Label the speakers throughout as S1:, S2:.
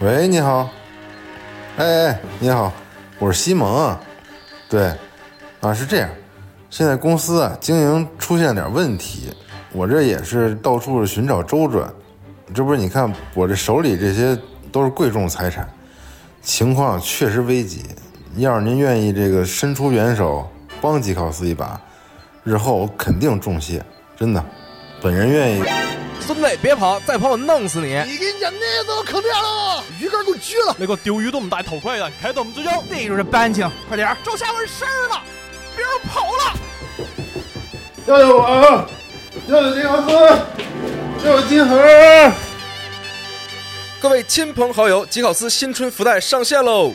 S1: 喂，你好。哎哎，你好，我是西蒙啊。对，啊是这样，现在公司啊经营出现点问题，我这也是到处寻找周转。这不是你看我这手里这些都是贵重财产，情况确实危急。要是您愿意这个伸出援手，帮吉考斯一把，日后我肯定重谢，真的，本人愿意。
S2: 孙子，别跑，再跑我弄死你！
S3: 你给你讲那都坑掉了，鱼竿给我撅了！
S4: 那个丢鱼这么大头盔的，开动我们之交。
S5: 逮住这班青，快点儿！
S2: 周下文事儿了，别人跑了！
S3: 要有我，要有金豪斯，要有金河。
S2: 各位亲朋好友，吉考斯新春福袋上线喽！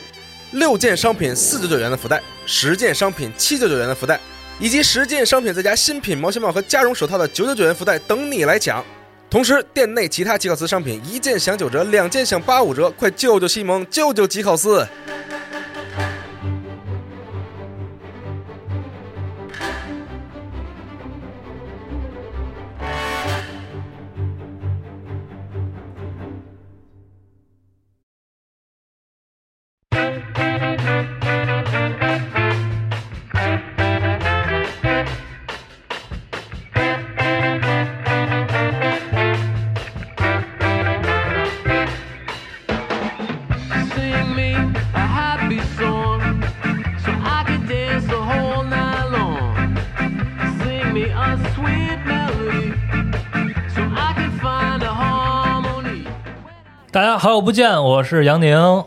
S2: 六件商品四九九元的福袋，十件商品七九九元的福袋，以及十件商品再加新品毛线帽和加绒手套的九九九元福袋等你来抢。同时，店内其他吉考斯商品一件享九折，两件享八五折，快救救西蒙，救救吉考斯！
S6: sing me a happy song so I could dance the whole night long. Sing me a sweet melody so I could find a harmony.
S7: 大家好久不见，我是杨宁。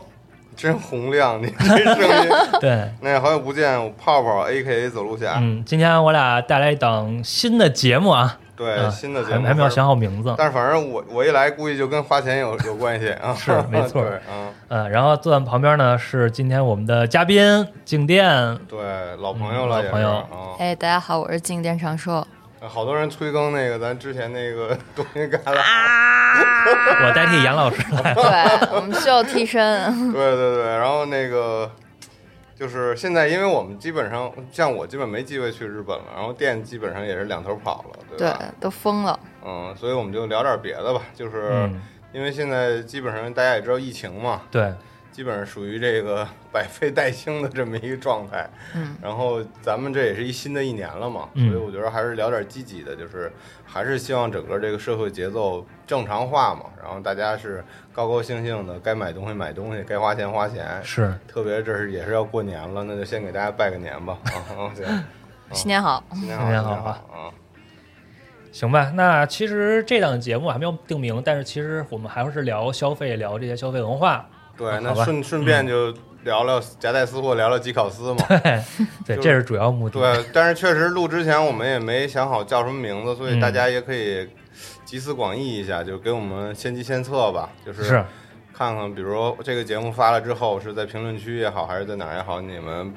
S8: 真洪亮，你这声音。
S7: 对，
S8: 那好久不见，我泡泡 A K A 走路侠，
S7: 嗯，今天我俩带来一档新的节目啊，
S8: 对、
S7: 嗯
S8: 新的节
S7: 还
S8: 目
S7: 还没有想
S8: 好，
S7: 好名字，
S8: 但是反正我我一来，估计就跟花钱有有关系啊，
S7: 是没错
S8: 对，嗯，
S7: 嗯，然后坐在旁边呢是今天我们的嘉宾静电，
S8: 对，老朋友了
S7: 嗯
S8: 也是，
S7: 老朋友
S8: 啊、嗯
S9: 哎，大家好，我是静电长寿。
S8: 好多人催更那个咱之前那个 东西旮旯，
S7: 我代替杨老师 来，
S9: 对，我们需要替身。
S8: 对对对，然后那个就是现在，因为我们基本上像我基本没机会去日本了，然后店基本上也是两头跑了，
S9: 对
S8: 吧？，
S9: 都疯了。
S8: 嗯，所以我们就聊点别的吧，就是。
S7: 嗯，
S8: 因为现在基本上大家也知道疫情嘛，
S7: 对，
S8: 基本上属于这个百废待兴的这么一个状态。
S9: 嗯，
S8: 然后咱们这也是一新的一年了嘛，所
S7: 嗯
S8: 以我觉得还是聊点积极的，就是还是希望整个这个社会节奏正常化嘛，然后大家是高高兴兴的，该买东西买东西，该花钱花钱。
S7: 是，
S8: 特别这是也是要过年了，那就先给大家拜个年 吧。啊，行，
S9: 新年好，
S8: 新年好，
S7: 新年
S8: 新年
S7: 好
S8: 好
S7: 啊
S8: 啊！
S7: 行吧，那其实这档节目还没有定名，但是其实我们还是聊消费，聊这些消费文化。
S8: 对，
S7: 好
S8: 那
S7: 吧嗯
S8: 顺顺便就聊聊夹带私货，聊聊吉考斯嘛。
S7: 对，
S8: 就是
S7: 这是主要目的。
S8: 对，但是确实录之前我们也没想好叫什么名字，
S7: 嗯
S8: 所以大家也可以集思广益一下，就给我们先机先策吧，就是
S7: 是，
S8: 看看，比如说这个节目发了之后，是在评论区也好，还是在哪儿也好，你们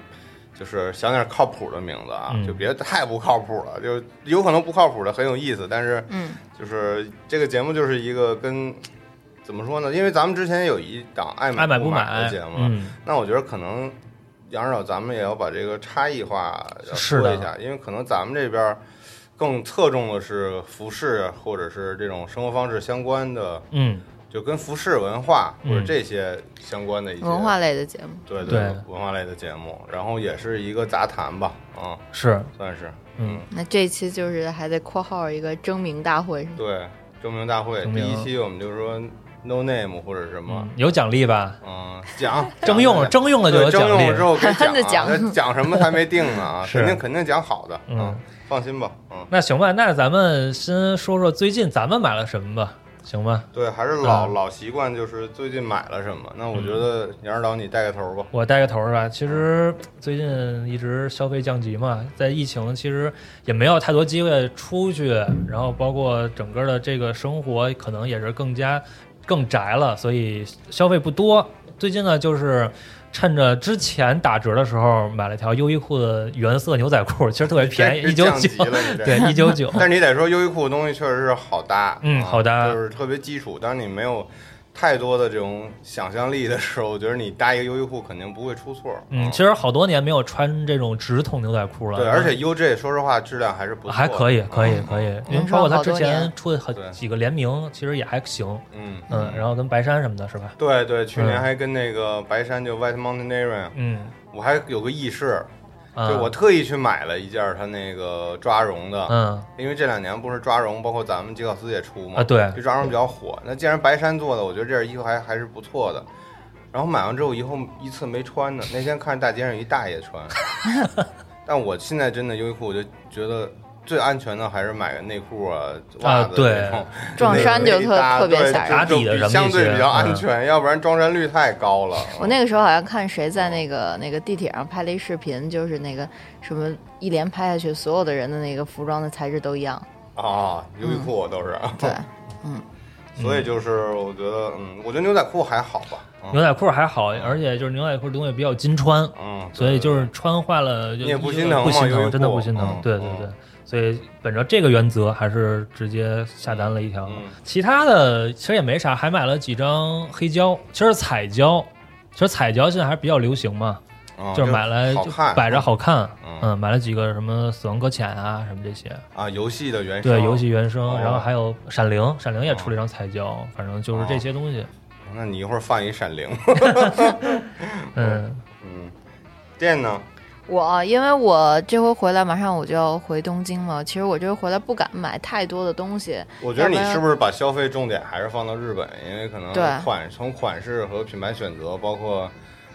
S8: 就是想点靠谱的名字啊，
S7: 嗯
S8: 就别太不靠谱了，就有可能不靠谱的很有意思，但是
S9: 嗯，
S8: 就是这个节目就是一个跟怎么说呢？因为咱们之前有一档爱
S7: 爱买
S8: 不
S7: 不
S8: 的
S7: 买
S8: 节目，，
S7: 嗯，
S8: 那我觉得可能杨指导，咱们也要把这个差异化要
S7: 是
S8: 说
S7: 的
S8: 一下，因为可能咱们这边儿更侧重的是服饰或者是这种生活方式相关的，
S7: 嗯，
S8: 就跟服饰文化
S7: 嗯
S8: 或者这些相关的一些
S9: 文化类的节目。
S8: 对
S7: 对
S8: 文化类的节目，然后也是一个杂谈吧，啊、
S7: 是，
S8: 算是
S7: 嗯，
S9: 那这一期就是还得括号一个征名大会是 吗？
S8: 对征名大会
S7: 征
S8: 第
S7: 名
S8: 一期我们就说 no name 或者什么
S7: 嗯。有奖励吧？
S8: 嗯，讲
S7: 征 用，征用了就
S8: 对，
S7: 有奖
S8: 征用了之
S7: 励。
S8: 后给
S9: 那
S8: 讲、
S9: 讲
S8: 啊，那讲什么还没定呢 啊，
S7: 是
S8: 肯定肯定讲好的，
S7: 嗯
S8: 啊，放心吧，嗯，
S7: 那行吧，那咱们先说说最近咱们买了什么吧，行吧？
S8: 对，还是老、
S7: 嗯
S8: 老习惯，就是最近买了什么？那我觉得杨指导你带个头吧，
S7: 我带个头儿吧。其实最近一直消费降级嘛，在疫情其实也没有太多机会出去，然后包括整个的这个生活可能也是更加更宅了，所以消费不多。最近呢，就是趁着之前打折的时候买了条优衣库的原色牛仔 裤，其实特别 便宜，
S8: 这
S7: 一九
S8: 降级
S7: 九，
S8: 了，你 这。
S7: 对，一九九。
S8: 但是你得说，优衣库的东西确实是好搭，
S7: 嗯
S8: 啊
S7: 好搭
S8: 就是特别基础，但是你没有太多的这种想象力的时候，我觉得你搭一个优衣库肯定不会出错。啊
S7: 嗯，其实好多年没有穿这种直筒牛仔裤了。
S8: 对，而且 UJ 说实话质量还是不错的，
S7: 还可以，可以，
S8: 嗯
S7: 可以，因为
S9: 能
S7: 包括
S9: 穿
S7: 他
S9: 好
S7: 之
S9: 多
S7: 前
S9: 年
S7: 出的很
S8: 对
S7: 几个联名，其实也还行。
S8: 嗯
S7: 嗯，然后跟白山什么的是吧？
S8: 对对，去年
S7: 嗯
S8: 还跟那个白山就 White Mountaineering，
S7: 嗯，
S8: 我还有个意式，
S7: 啊
S8: 就我特意去买了一件儿它那个抓绒的，
S7: 嗯
S8: 因为这两年不是抓绒，包括咱们吉考斯也出嘛，
S7: 啊对
S8: 这抓绒比较火。那既然白山做的，我觉得这件衣服还还是不错的。然后买完之后，以后一次没穿呢。那天看大街上有一大 爷穿，但我现在真的优衣库，我就觉得最安全的还是买个内裤啊、袜
S7: 啊
S8: 子
S7: 对
S8: 这种
S9: 撞衫就特特别吓人。
S7: 打底的什么
S8: 相
S7: 一
S8: 对
S7: 些
S8: 比较安
S7: 嗯
S8: 全，要不然撞衫率太高了。
S9: 我那个时候好像看谁在那个那个地铁上拍了一视频，就是那个什么一连拍下去，所有的人的那个服装的材质都一样。
S8: 啊，优衣库我都是，
S9: 对，
S8: 所以就是我觉得，嗯，我觉得牛仔裤还好吧，嗯
S7: 嗯牛仔裤还好，而且就是牛仔裤东西比较经穿，
S8: 嗯，
S7: 所以就是穿坏了就
S8: 你也不
S7: 不
S8: 心疼嘛
S7: 不心
S8: 优衣库
S7: 疼，真的不心疼
S8: 嗯。
S7: 对对对
S8: 嗯，
S7: 所以本着这个原则，还是直接下单了一条
S8: 嗯。
S7: 其他的其实也没啥，还买了几张黑胶，其实彩胶，其实彩胶现在还是比较流行嘛，
S8: 嗯
S7: 就是买来
S8: 好
S7: 就
S8: 看，
S7: 摆着好看
S8: 嗯。
S7: 嗯，买了几个什么《死亡搁浅》啊，什么这些。
S8: 啊，游戏的原声
S7: 对，游戏。原声
S8: 哦，
S7: 然后还有《闪灵》，《闪灵》也出了一张彩胶，反正就是
S8: 哦
S7: 这些东西。
S8: 那你一会儿放一闪灵，
S7: 嗯，
S8: 嗯，店呢？
S9: 我因为我这回回来马上我就要回东京了，其实我这回回来不敢买太多的东西，
S8: 我觉得你
S9: 要不然
S8: 是不是把消费重点还是放到日本？因为可能
S9: 对
S8: 款从款式和品牌选择，包括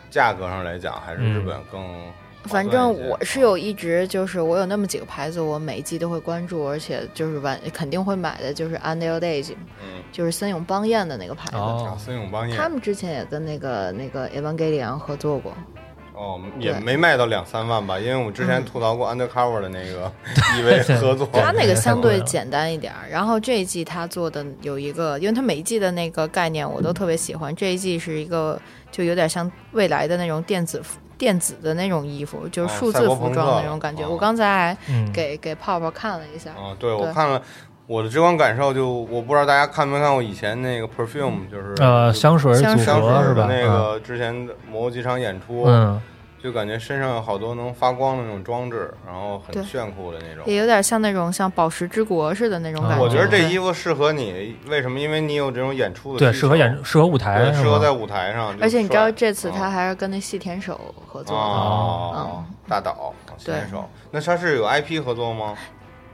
S8: 价格上来讲，还是日
S7: 嗯
S8: 本更划算
S9: 反
S8: 一些。啊
S9: 正我是有一直就是我有那么几个牌子，我每一季都会关注，而且就是完肯定会买的，就是 a n d e l Days，
S8: 嗯
S9: 就是森永邦彦的那个牌子。
S8: 啊，
S7: 哦，
S8: 森永邦
S9: 他
S8: 彦
S9: 们之前也跟那个那个 Evangelion 合作过，
S8: 哦，也
S9: 对
S8: 没卖到两三万吧，因为我们之前吐槽过 Undercover 的那个
S7: 嗯
S8: 以为合作，
S9: 他那个相对
S7: 对
S9: 简单一点儿。然后这一季他做的有一个，因为他每一季的那个概念我都特别喜欢。这一季是一个就有点像未来的那种电子服电子的那种衣服，就是
S8: 哦
S9: 数
S8: 赛
S9: 字
S8: 博
S9: 服
S8: 朋
S9: 装
S8: 克
S9: 的那种感觉。
S8: 哦
S9: 我刚才还
S7: 嗯，
S9: 给给泡泡看了一下，
S8: 啊，对，我
S9: 对
S8: 看了，我的直观感受就，我不知道大家看没看过以前那个
S9: 嗯
S8: perfume，就是
S7: 呃，
S8: 就
S7: 香水组
S9: 香水
S8: 香水
S7: 合
S8: 儿
S7: 是吧？啊
S8: 的那个之前的某几场演出，
S7: 嗯，
S8: 就感觉身上有好多能发光的那种装置，然后很
S9: 对
S8: 炫酷的那种
S9: 也。有点像那种像宝石之国似的那种
S7: 啊
S9: 感觉。
S8: 我觉得这
S9: 对
S8: 衣服适合你，为什么？因为你有这种演出的
S7: 对，
S8: 需
S7: 适合
S8: 求
S7: 演，适合舞台
S8: 对，
S7: 是
S8: 适合
S7: 吗
S8: 在舞台上就帅。
S9: 而且你知道这次
S8: 嗯
S9: 他还是跟那细田守合作啊的，嗯
S8: 哦，大岛
S9: 对
S8: 选手，那他是有 IP 合作吗？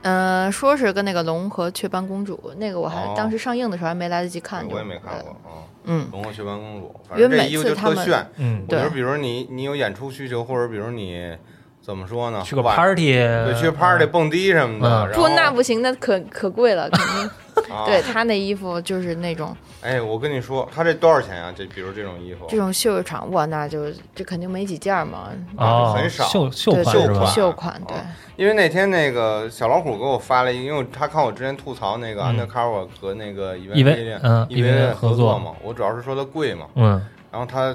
S9: 嗯、说是跟那个龙和雀斑公主，那个我还、
S8: 哦
S9: 当时上映的时候还没来得及看，
S8: 我也没看过
S9: 对。
S8: 啊。
S9: 嗯，
S8: 龙和雀斑公主，反
S9: 因为
S8: 正这
S9: 每
S8: 衣服
S9: 次
S8: 就
S9: 他
S8: 特
S9: 们
S8: 炫。
S7: 嗯
S8: 我，觉得，
S9: 对
S8: 比如你你有演出需求，或者比如你怎么说呢？
S7: 去个
S8: 晚
S7: party，啊
S8: 对，去 party 蹦迪什么的。
S7: 嗯
S8: 然
S9: 不，
S8: 后
S9: 那不行，那可可贵了，肯 定。
S8: 啊
S9: 对他那衣服就是那种
S8: 哎，我跟你说，他这多少钱啊？这比如这种衣服，
S9: 这种秀场，哇，那就这肯定没几件儿嘛。
S7: 哦，
S8: 很少
S7: 秀秀
S9: 对，
S7: 款
S9: 秀
S7: 是吧？
S9: 秀款，对，
S8: 啊因为那天那个小老虎给我发了一个，因为他看我之前吐槽那个
S7: 嗯
S8: Undercover 和那个以
S7: 以为
S8: 为
S7: 嗯
S8: 以
S7: 以为
S8: 为合
S7: 合作
S8: 嘛，我主要是说它贵嘛，
S7: 嗯，
S8: 然后他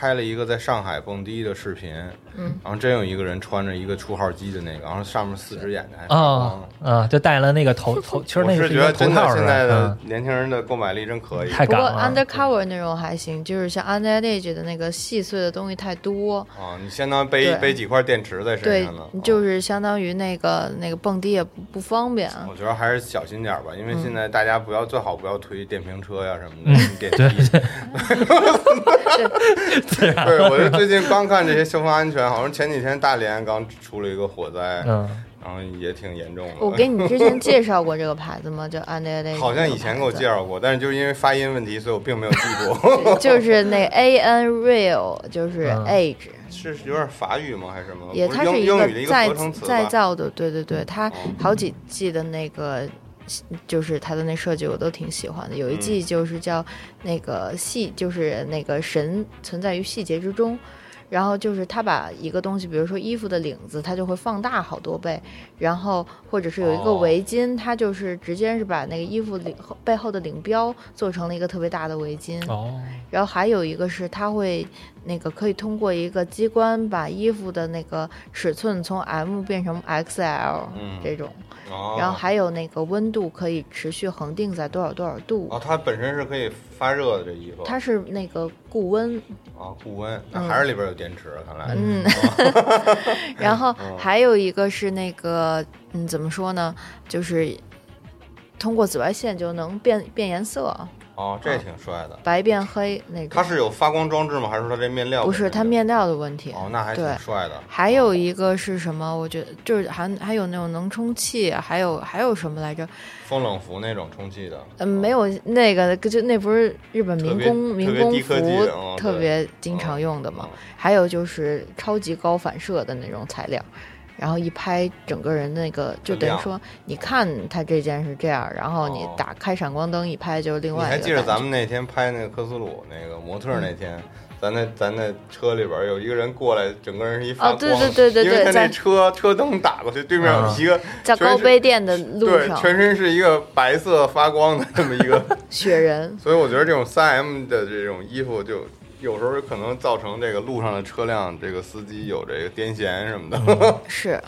S8: 拍了一个在上海蹦迪的视频，
S9: 嗯，
S8: 然后真有一个人穿着一个出号机的那个，然后上面四只眼睛还发光
S7: 哦，啊，就戴了那个头头，其实
S8: 嗯我
S7: 那个
S8: 是
S7: 一
S8: 觉
S7: 个
S8: 得
S7: 头
S8: 真
S7: 套
S8: 的
S7: 是
S8: 现在的
S7: 吧？嗯
S8: 年轻人的购买力真可以
S7: 嗯，太
S9: 不
S7: 赶
S9: 过
S7: 了。
S9: undercover 那种还行，就是像 underage 的那个细碎的东西太多，
S8: 啊！你相当于背
S9: 对
S8: 背几块电池在身
S9: 对
S8: 上呢，，哦
S9: 就是是相当于那个那个蹦迪也不不方便。啊
S8: 我觉得还是小心点儿吧，因为
S9: 嗯
S8: 现在大家不要最好不要推电瓶车呀什么的，电梯。对，我就最近刚看这些消防安全，好像前几天大连刚出了一个火灾，
S7: 嗯，
S8: 然后也挺严重的。
S9: 我给你之前介绍过这个牌子吗？就 underage，
S8: 好像以前给我介绍过，但是就是因为发音问题，所以我并没有记住。
S9: 就是那 A N real，就是
S7: 嗯
S9: age，、
S8: 是有点法语吗？还是什么？
S9: 也
S8: 不
S9: 它
S8: 英
S9: 是一
S8: 英语的一个
S9: 再
S8: 合成词
S9: 再
S8: 吧？嗯
S9: 造的，对对对，它好几季的那个。就是它的那设计我都挺喜欢的，
S8: 嗯
S9: 有一季就是叫那个细，就是那个神存在于细节之中，然后就是他把一个东西，比如说衣服的领子，它就会放大好多倍，然后或者是有一个
S4: 哦
S9: 围巾，它就是直接是把那个衣服领后背后的领标做成了一个特别大的围巾。
S7: 哦，
S9: 然后还有一个是它会那个可以通过一个机关把衣服的那个尺寸从 M 变成 XL
S8: 嗯
S9: 这种，
S8: 哦，
S9: 然后还有那个温度可以持续恒定在多少多少度。
S8: 哦，它本身是可以发热的这衣服，
S9: 它是那个固温，
S8: 啊固温，那还是里边有电池，看来，
S9: 嗯，
S8: 嗯
S9: 然后还有一个是那个，嗯，怎么说呢？就是通过紫外线就能变变颜色，
S8: 哦，这也挺帅的。
S9: 白变黑那种。
S8: 它是有发光装置吗？还是说它这面料
S9: 不
S8: 本身
S9: 是
S8: 就
S9: 它面料的问题？
S8: 哦，那还挺
S9: 对
S8: 帅的。
S9: 还有一个是什么？我觉得就是还还有那种能充气，还有还有什么来着？
S8: 风冷服那种充气的，
S9: 嗯，没有那个，就那不是日本民工
S8: 特别特
S9: 民
S8: 别
S9: 工
S8: 低
S9: 服
S8: 科技哦对
S9: 特别经常用的嘛。
S8: 嗯
S9: 还有就是超级高反射的那种材料，然后一拍整个人那个就
S8: 就
S9: 等于
S8: 亮
S9: 说，你看它这件是这样，然后你
S8: 哦
S9: 打开闪光灯一拍就是另
S8: 你
S9: 外一个
S8: 还
S9: 感觉。嗯
S8: 记得咱们那天拍那个科斯鲁那个模特儿那天，咱那咱那车里边有一个人过来，整个人是一发光，
S9: 哦对对对对
S8: 因为他
S9: 对在
S8: 那车车灯打过去，对面有一个
S9: 在
S8: 全
S9: 高
S8: 是
S9: 碑店的路
S8: 对，
S9: 上，
S8: 全身是一个白色发光的这么一个，
S9: 雪人。
S8: 所以我觉得这种三 M 的这种衣服就。有时候可能造成这个路上的车辆，这个司机有这个癫痫什么的。
S9: 是，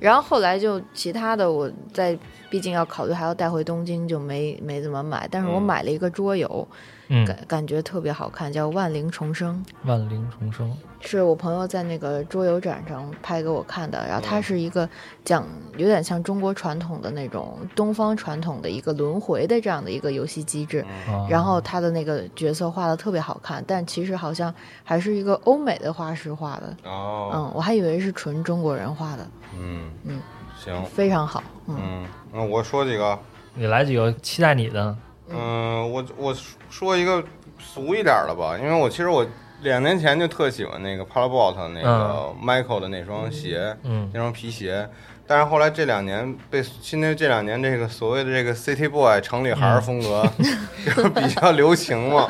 S9: 然后后来就其他的，我在毕竟要考虑还要带回东京，就没没怎么买。但是我
S8: 嗯
S9: 买了一个桌游，
S7: 嗯，
S9: 感感觉特别好看，叫《万灵重生
S7: 万灵重生，》，
S9: 是我朋友在那个桌游展上拍给我看的。然后它是一个讲有点像中国传统的那种东方传统的一个轮回的这样的一个游戏机制。
S8: 嗯
S7: 啊
S9: 然后他的那个角色画的特别好看，但其实好像还是一个欧美的画师画的。
S8: 哦，
S9: 嗯，我还以为是纯中国人画的，
S8: 嗯
S9: 嗯，
S8: 行，
S9: 非常好。嗯
S8: 嗯，那我说几个，
S7: 你来几个期待你的，
S8: 嗯，我我说说一个俗一点儿的吧，因为我其实我两年前就特喜欢那个 Parabot 那个 Michael 的那双鞋，
S7: 嗯
S8: 那双皮鞋，但是后来这两年被现在这两年这个所谓的这个 City Boy 城里孩儿风格、
S7: 嗯
S8: 就 比较流行嘛，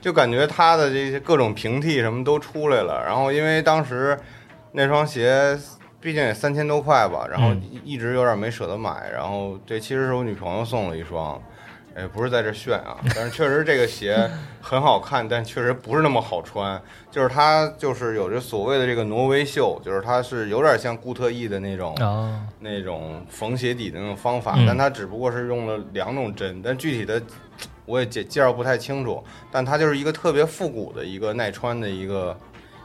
S8: 就感觉他的这些各种平替什么都出来了，然后因为当时那双鞋。毕竟也三千多块吧，然后
S7: 嗯
S8: 一一直有点没舍得买，然后这其实是我女朋友送了一双，哎，不是在这炫啊，但是确实这 个鞋很好看，但确实不是那么好穿。就是它就是有着所谓的这个挪威袖，就是它是有点像固特异的那种、
S7: 啊，
S8: 那种缝鞋底的那种方法，
S7: 嗯
S8: 但它只不过是用了两种针，但具体的我也介介绍不太清楚。但它就是一个特别复古的一个耐穿的一个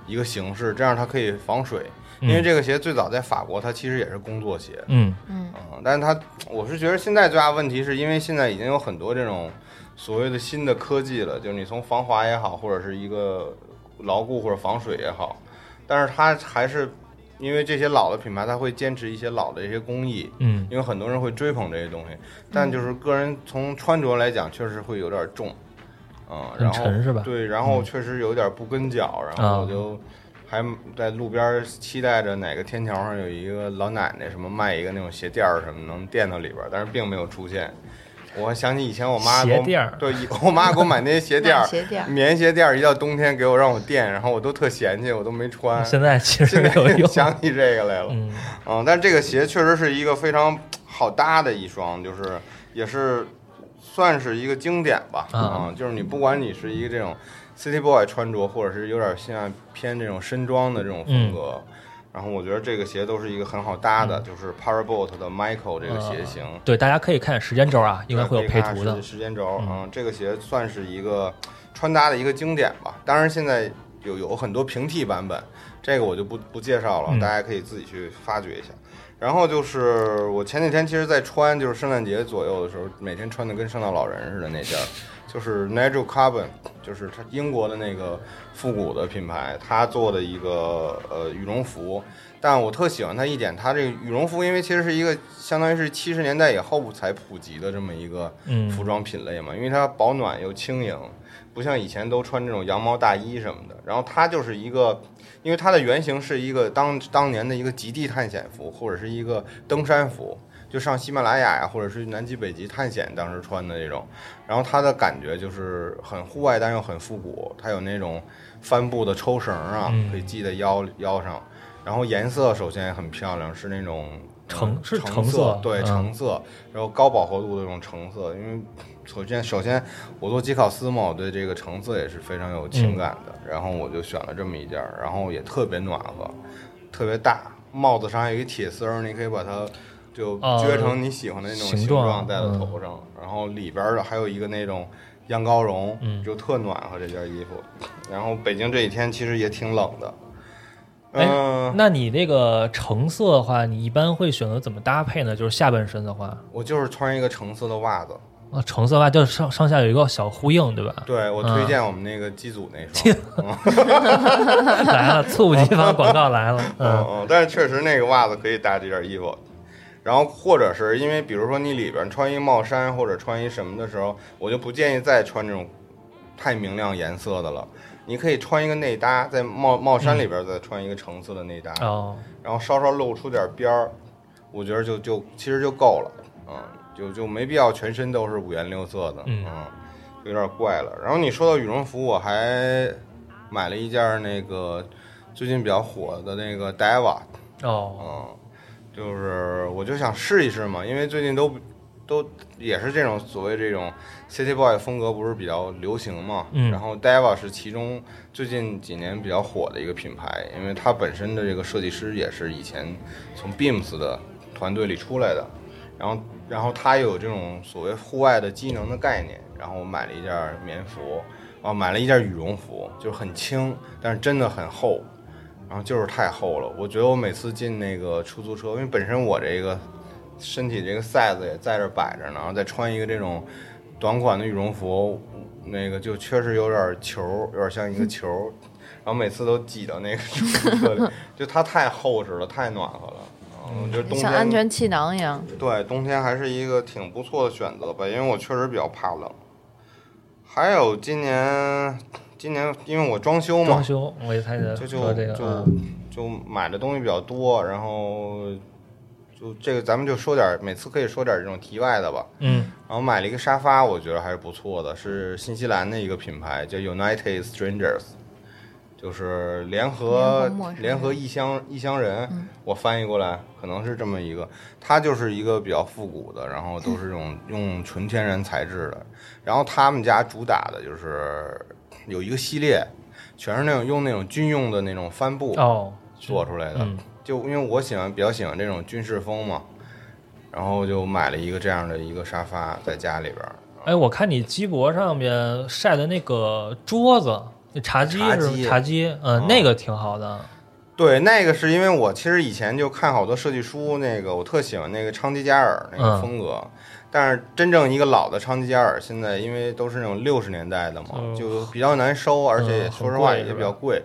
S8: 一个形式，这样它可以防水。因为
S7: 嗯
S8: 这个鞋最早在法国，它其实也是工作鞋，
S7: 嗯
S8: 嗯，但是它，我是觉得现在最大问题是因为现在已经有很多这种所谓的新的科技了，就是你从防滑也好，或者是一个牢固或者防水也好，但是它还是因为这些老的品牌，它会坚持一些老的一些工艺，
S7: 嗯
S8: 因为很多人会追捧这些东西，但就是个人从穿着来讲，确实会有点重，嗯，
S7: 很
S8: 然后
S7: 沉是吧嗯啊
S8: 对，然后确实有点不跟脚，然后我就还在路边期待着哪个天桥上有一个老奶奶什么卖一个那种鞋垫儿什么能垫到里边儿，但是并没有出现。我还想起以前我妈给我
S7: 鞋垫儿
S8: 对我妈给我买那些鞋垫儿
S9: 买 鞋垫儿
S8: 棉鞋垫儿，一到冬天给我让我垫，然后我都特嫌弃，我都没穿。
S7: 现在其实
S8: 现
S7: 有
S8: 在
S7: 用，
S8: 想起这个来了，
S7: 嗯
S8: 嗯，但这个鞋确实是一个非常好搭的一双，就是也是算是一个经典吧。
S7: 啊
S8: 嗯，就是你不管你是一个这种 City Boy 穿着，或者是有点像偏这种深装的这种风格，然后我觉得这个鞋都是一个很好搭的，就是 Parabot 的 Michael 这个鞋型。
S7: 呃对，大家可以看时间轴啊，应该会有配图
S8: 对可以看看
S7: 的
S8: 时。时间轴。
S7: 嗯
S8: 嗯，这个鞋算是一个穿搭的一个经典吧。当然，现在有有很多平替版本，这个我就不不介绍了，
S7: 嗯
S8: 大家可以自己去发掘一下。然后就是我前几天其实，在穿就是圣诞节左右的时候，每天穿的跟圣诞老人似的那件儿，就是 Nigel Carbon，就是它英国的那个复古的品牌，它做的一个呃羽绒服。但我特喜欢它一点，它这个羽绒服，因为其实是一个相当于是七十年代以后才普及的这么一个
S7: 嗯
S8: 服装品类嘛，因为它保暖又轻盈，不像以前都穿这种羊毛大衣什么的。然后它就是一个，因为它的原型是一个当当年的一个极地探险服，或者是一个登山服，就上喜马拉雅呀，或者是南极北极探险当时穿的那种。然后它的感觉就是很户外，但又很复古，它有那种帆布的抽绳啊
S7: 嗯，
S8: 可以系在腰腰上。然后颜色首先很漂亮，是那种
S7: 橙是
S8: 橙
S7: 橙色
S8: 对
S7: 嗯
S8: 橙色，然后高饱和度的这种橙色，因为首先首先我做基考斯嘛，我对这个橙色也是非常有情感的，
S7: 嗯
S8: 然后我就选了这么一件儿，然后也特别暖和，特别大，帽子上有一铁丝儿，你可以把它就
S7: 啊
S8: 撅成你喜欢的那种
S7: 形
S8: 形
S7: 状
S8: 状戴到
S7: 嗯
S8: 头上，然后里边儿的还有一个那种羊羔绒，
S7: 嗯
S8: 就特暖和这件衣服。然后北京这几天其实也挺冷的，
S7: 哎
S8: 嗯、
S7: 那你那个橙色的话，你一般会选择怎么搭配呢？就是下半身的话，
S8: 我就是穿一个橙色的袜子，
S7: 啊，橙色的话就是上上下有一个小呼应，对吧？
S8: 对我
S7: 嗯
S8: 推荐我们那个机组那双，
S7: 来了，猝不及防广告来 了，
S8: 嗯
S7: 嗯
S8: 嗯，但是确实那个袜子可以搭这件衣服，然后或者是因为比如说你里边穿一帽衫或者穿一什么的时候，我就不建议再穿这种太明亮颜色的了。你可以穿一个内搭，在帽帽衫
S7: 嗯
S8: 里边再穿一个橙色的内搭，
S7: 哦，
S8: 然后稍稍露出点边儿，我觉得就就其实就够了，嗯，就就没必要全身都是五颜六色的，啊
S7: 嗯
S8: 有点怪了。然后你说到羽绒服，我还买了一件那个最近比较火的那个 Deva，
S7: 哦，
S8: 嗯，就是我就想试一试嘛，因为最近都都也是这种所谓这种 City Boy 风格不是比较流行嘛，
S7: 嗯
S8: 然后 Deva 是其中最近几年比较火的一个品牌，因为它本身的这个设计师也是以前从 Beams 的团队里出来的，然后然后它又有这种所谓户外的机能的概念，然后我买了一件棉服，啊，买了一件羽绒服，就是很轻，但是真的很厚，然后就是太厚了。我觉得我每次进那个出租车，因为本身我这个身体这个 size 也在这摆着呢，然后再穿一个这种短款的羽绒服，那个就确实有点球，有点像一个球，然后每次都挤到那个出租车 里，就它太厚实了，太暖和了。啊我觉得冬天
S9: 像安全气囊一样。
S8: 对，冬天还是一个挺不错的选择吧，因为我确实比较怕冷。还有今年，今年因为我装修
S7: 哦
S8: 嘛
S7: 装，修，我也猜的
S8: 嗯就
S7: 说
S8: 就
S7: 这个，
S8: 就
S7: 嗯
S8: 就买的东西比较多，然后就这个咱们就说点儿，每次可以说点儿这种题外的吧。
S7: 嗯，
S8: 然后买了一个沙发，我觉得还是不错的，是新西兰的一个品牌，叫 United Strangers，就是联合
S9: 联合陌生人嗯
S8: 联合异乡异乡人，我翻译过来可能是这么一个，它就是一个比较复古的，然后都是这 种用纯天然材质的，然后他们家主打的就是有一个系列，全是那种用那种军用的那种帆布
S7: 哦，
S8: 做出来的，
S7: 嗯
S8: 就因为我喜欢比较喜欢这种军事风嘛，然后就买了一个这样的一个沙发在家里边儿。
S7: 哎，我看你鸡脖上面晒的那个桌子，那茶几
S8: 茶
S7: 是
S8: 几
S7: 吗茶几，
S8: 嗯
S7: 嗯，那个挺好的，
S8: 对，那个是因为我其实以前就看好多设计书，那个我特喜欢那个昌吉加尔那个
S7: 嗯
S8: 风格，但是真正一个老的昌吉加尔，现在因为都是那种六十年代的嘛，
S7: 嗯
S8: 就比较难收，而且也
S7: 嗯
S8: 说实话
S7: 很贵
S8: 也
S7: 是吧
S8: 比较贵。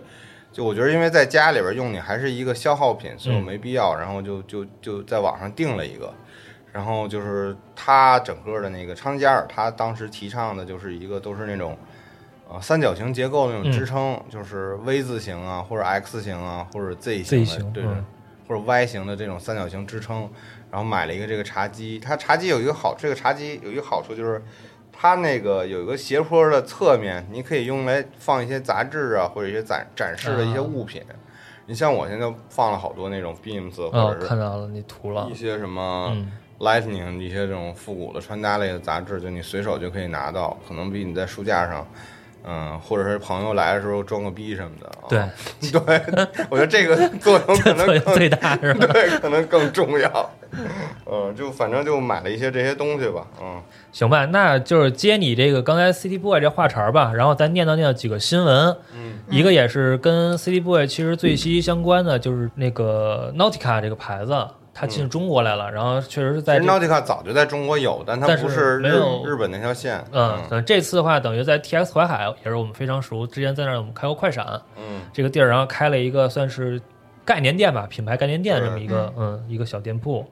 S8: 就我觉得，因为在家里边用你还是一个消耗品，所以我
S7: 嗯
S8: 没必要，然后就就就在网上订了一个。然后就是他整个的那个昌吉加尔，他当时提倡的就是一个都是那种，呃，三角形结构的那
S7: 嗯
S8: 种支撑，就是 V 字形啊，或者 X 型啊，或者 Z 型
S7: Z
S8: 的，
S7: 型
S8: 对，
S7: 嗯
S8: 或者 Y 型的这种三角形支撑。然后买了一个这个茶几，它茶几有一个好，这个茶几有一个好处就是，它那个有一个斜坡的侧面，你可以用来放一些杂志啊，或者一些展展示的一些
S7: 啊
S8: 物品。你像我现在放了好多那种 Beams 或
S7: 哦，
S8: 者是
S7: 看到了，你涂了
S8: 一，些什么
S7: 啊嗯
S8: Lightning 一些这种复古的穿搭类的杂志，就你随手就可以拿到，可能比你在书架上，嗯，或者是朋友来的时候装个逼什么的。啊
S7: 对，
S8: 对，我觉得这个作用可能
S7: 作用
S8: 更
S7: 最 大是吧？
S8: 对，可能更重要。嗯，就反正就买了一些这些东西吧。嗯，
S7: 行吧，那就是接你这个刚才 City Boy 这话茬儿吧，然后咱念叨念叨几个新闻。
S8: 嗯，
S7: 一个也是跟 City Boy 其实最息息相关的，就是那个 Nautica 这个牌子，它进中国来了，然后确实是
S8: 其
S7: 在这
S8: 实
S7: 个
S8: 嗯 Nautica 早就在中国有，但它
S7: 但是
S8: 不是
S7: 没
S8: 日
S7: 有
S8: 日本那条线。
S7: 嗯，等这次的话，等于在 TX 淮海也是我们非常熟，之前在那儿我们开过快闪
S8: 嗯
S7: 这个地儿，然后开了一个算是概念店吧，品牌概念店这么一个嗯一个小店铺。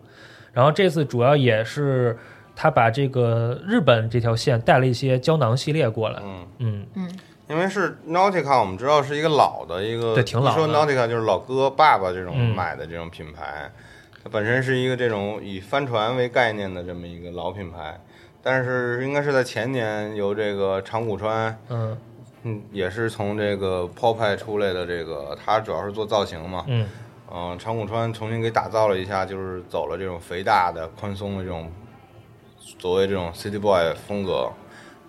S7: 然后这次主要也是他把这个日本这条线带了一些胶囊系列过来，
S8: 嗯，
S7: 嗯，
S8: 因为是 Nautica，我们知道是一个老的一个，
S7: 对挺老的
S8: 一说 Nautica 就是老哥爸爸这种
S7: 嗯
S8: 买的这种品牌，它本身是一个这种以帆船为概念的这么一个老品牌，但是应该是在前年由这个长谷川，
S7: 嗯
S8: 嗯，也是从这个 Popeye 出来的这个，他主要是做造型嘛，
S7: 嗯
S8: 嗯、长谷川重新给打造了一下，就是走了这种肥大的、宽松的这种所谓这种 City Boy 风格，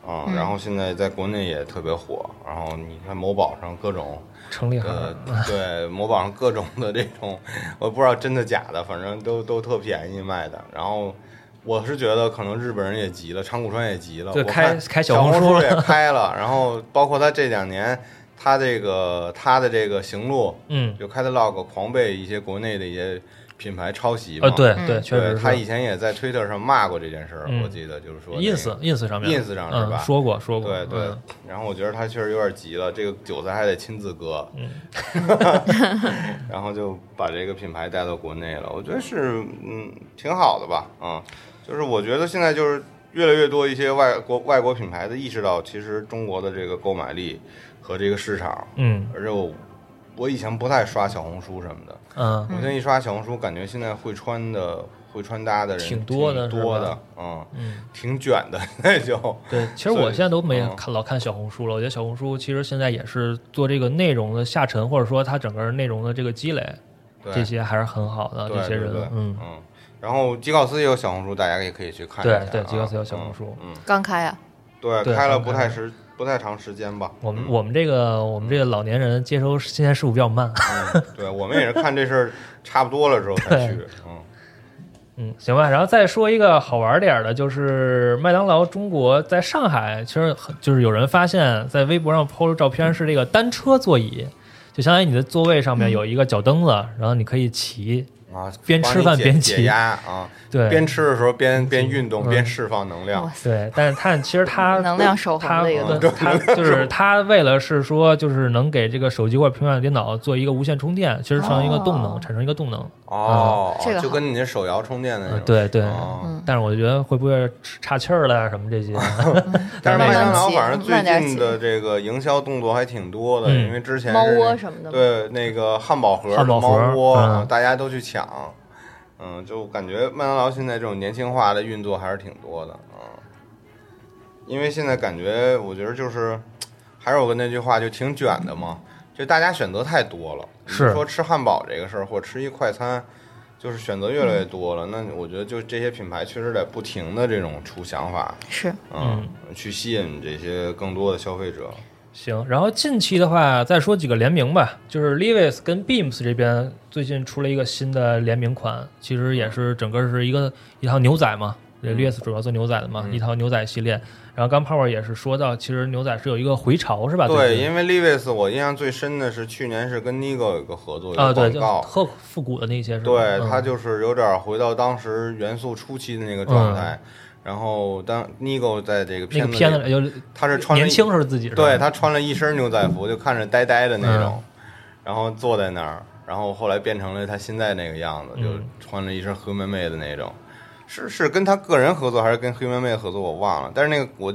S8: 啊、
S7: 嗯
S8: 然后现在在国内也特别火。然后你看某宝上各种，
S7: 程立
S8: 呃
S7: 行，，
S8: 对，某宝上各种的这种，我不知道真的假的，反正都都特便宜卖的。然后我是觉得可能日本人也急了，长谷川也急了，
S7: 对
S8: 我
S7: 开
S8: 看
S7: 开小
S8: 小
S7: 红书
S8: 书
S7: 了
S8: 也开了，然后包括他这两年。他这个他的这个行路，
S7: 嗯，
S8: 就 Catalog 狂被一些国内的一些品牌抄袭嘛。
S7: 呃，对
S9: 嗯
S7: 对，确
S8: 对
S7: 实
S8: 他
S7: 是
S8: 以前也在 Twitter 上骂过这件事儿，
S7: 嗯
S8: 我记得就是说那个
S7: ，ins ins 上面
S8: ins 上是吧
S7: 嗯，说过说过，
S8: 对对。
S7: 嗯
S8: 然后我觉得他确实有点急了，这个韭菜还得亲自割，
S7: 嗯
S8: 然后就把这个品牌带到国内了。我觉得是嗯挺好的吧，嗯，就是我觉得现在就是越来越多一些外国外国品牌的意识到，其实中国的这个购买力和这个市场，
S7: 嗯
S8: 而且我我以前不太刷小红书什么的。
S7: 嗯
S8: 我现在一刷小红书，感觉现在会穿的、会穿搭的人
S7: 挺多的
S8: 挺
S7: 是
S8: 多
S7: 吧
S8: 的，嗯，
S7: 嗯，
S8: 挺卷的，那就
S7: 对，其实
S8: 所以
S7: 我现在都没
S8: 嗯
S7: 看老看小红书了，我觉得小红书其实现在也是做这个内容的下沉，或者说它整个内容的这个积累，
S8: 对
S7: 这些还是很好的，
S8: 对
S7: 这些
S8: 对
S7: 人
S8: 对，
S7: 嗯，
S8: 嗯。然后吉考斯也有小红书，大家也可以去看一下
S7: 对
S8: 啊。
S7: 对吉考斯有小红书
S8: 嗯，嗯
S9: 刚开啊，
S8: 对，
S7: 对
S8: 开了
S7: 刚
S8: 不
S7: 开
S8: 太时不太长时间吧。
S7: 我们
S8: 嗯
S7: 我们这个我们这个老年人接收新鲜事物比较慢，
S8: 嗯对，我们也是看这事儿差不多了之后才去。嗯，
S7: 嗯，行吧，然后再说一个好玩点儿的，就是麦当劳中国在上海，其实很就是有人发现，在微博上 PO 了照片，是这个单车座椅，就相当于你的座位上
S8: 嗯
S7: 面有一个脚蹬子，然后你可以骑，
S8: 啊，
S7: 边
S8: 帮
S7: 吃
S8: 你
S7: 饭
S8: 解
S7: 边
S8: 解
S7: 骑
S8: 压啊，
S7: 对，
S8: 边吃的时候边边运动
S7: 嗯
S8: 边释放能量
S9: 哇。
S7: 对，但是它其实它
S9: 能量守恒
S7: 它
S9: 的一
S8: 个
S7: 对 它就是它为了是说就是能给这个手机或者平板电脑做一个无线充电，其实成一个动能，
S9: 哦
S7: 产生一个动能。
S8: 哦，
S9: 这个
S8: 就
S9: 好
S8: 跟你那手摇充电的那
S7: 啊呃
S8: 种。
S7: 对对
S8: 哦
S9: 嗯
S7: 但是我觉得会不会岔气儿了呀什么 这些？
S8: 但是
S9: 慢
S8: 麦当
S9: 慢
S8: 劳
S9: 骑
S8: 反正最
S9: 慢点
S8: 近
S9: 骑
S8: 的这个营销动作还挺多的，
S7: 嗯
S8: 因为之前
S9: 猫
S8: 是
S9: 窝什么的吗
S8: 对那个汉堡盒、
S7: 汉堡盒
S8: 猫窝，
S7: 嗯
S8: 大家都去抢，嗯，就感觉麦当劳现在这种年轻化的运作还是挺多的，嗯，因为现在感觉我觉得就是，还是我跟那句话，就挺卷的嘛，就大家选择太多了，你
S7: 是
S8: 说吃汉堡这个事儿，或者吃一快餐。就是选择越来越多了，那我觉得就这些品牌确实得不停的这种出想法，
S9: 是
S8: 嗯，去吸引这些更多的消费者。
S7: 行，然后近期的话，再说几个联名吧，就是 Levi's 跟 Beams 这边最近出了一个新的联名款，其实也是整个是一个一套牛仔嘛。
S8: 嗯
S7: 这 Levi's 主要做牛仔的嘛，一套牛仔系列。然后刚 Power 也是说到，其实牛仔是有一个回潮是吧？
S8: 对，
S7: 近
S8: 因为 Levi's 我印象最深的是去年是跟 Nigo 有一个合作，有
S7: 啊，
S8: 个
S7: 对，
S8: 广
S7: 就
S8: 告。
S7: 特复古的那些是吧？
S8: 对，
S7: 嗯
S8: 它就是有点回到当时元素初期的那个状态。然后当 Nigo 在这个
S7: 嗯那
S8: 片
S7: 个
S8: 子里，
S7: 片子里就
S8: 他是穿着
S7: 年
S8: 一
S7: 轻时候自己是吧嗯
S8: 对他穿了一身牛仔服，就看着呆呆的那种，然后坐在那儿，然后后来变成了他现在那个样子，就
S7: 嗯
S8: 穿着一身黑妹妹的那种。是是跟他个人合作还是跟黑妹妹合作，我忘了。但是那个我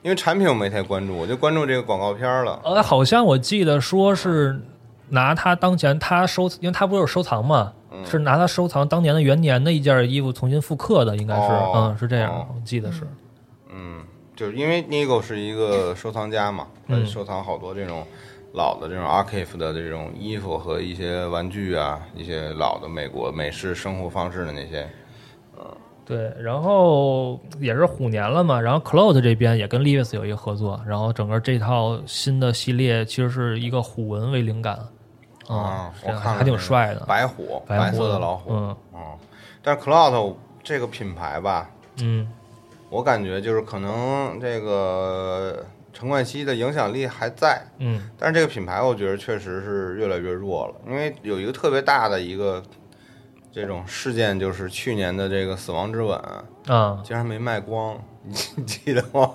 S8: 因为产品我没太关注，我就关注这个广告片儿了。
S7: 呃，好像我记得说是拿他当前他收，因为他不是有收藏嘛，
S8: 嗯
S7: 是拿他收藏当年的元年的一件衣服重新复刻的，应该是，
S8: 哦
S7: 嗯，是这样，
S8: 哦
S7: 我记得是，
S8: 嗯，就是因为 Nigo 是一个收藏家嘛，他
S7: 嗯
S8: 收藏好多这种老的这种 archive 的这种衣服和一些玩具啊，一些老的美国美式生活方式的那些。
S7: 对。然后也是虎年了嘛，然后 Cloud 这边也跟 Levi's 有一个合作，然后整个这套新的系列其实是一个虎纹为灵感，
S8: 啊
S7: 啊，这
S8: 我
S7: 样
S8: 看了
S7: 还挺
S8: 那个
S7: 帅的，
S8: 白虎，
S7: 白
S8: 白
S7: 虎
S8: 色的老虎。哦
S7: 嗯
S8: 但是 Cloud 这个品牌吧，
S7: 嗯，
S8: 我感觉就是可能这个陈冠希的影响力还在，
S7: 嗯，
S8: 但是这个品牌我觉得确实是越来越弱了，因为有一个特别大的一个这种事件，就是去年的这个《死亡之吻》嗯
S7: 啊，
S8: 竟然没卖光，你你记得吗？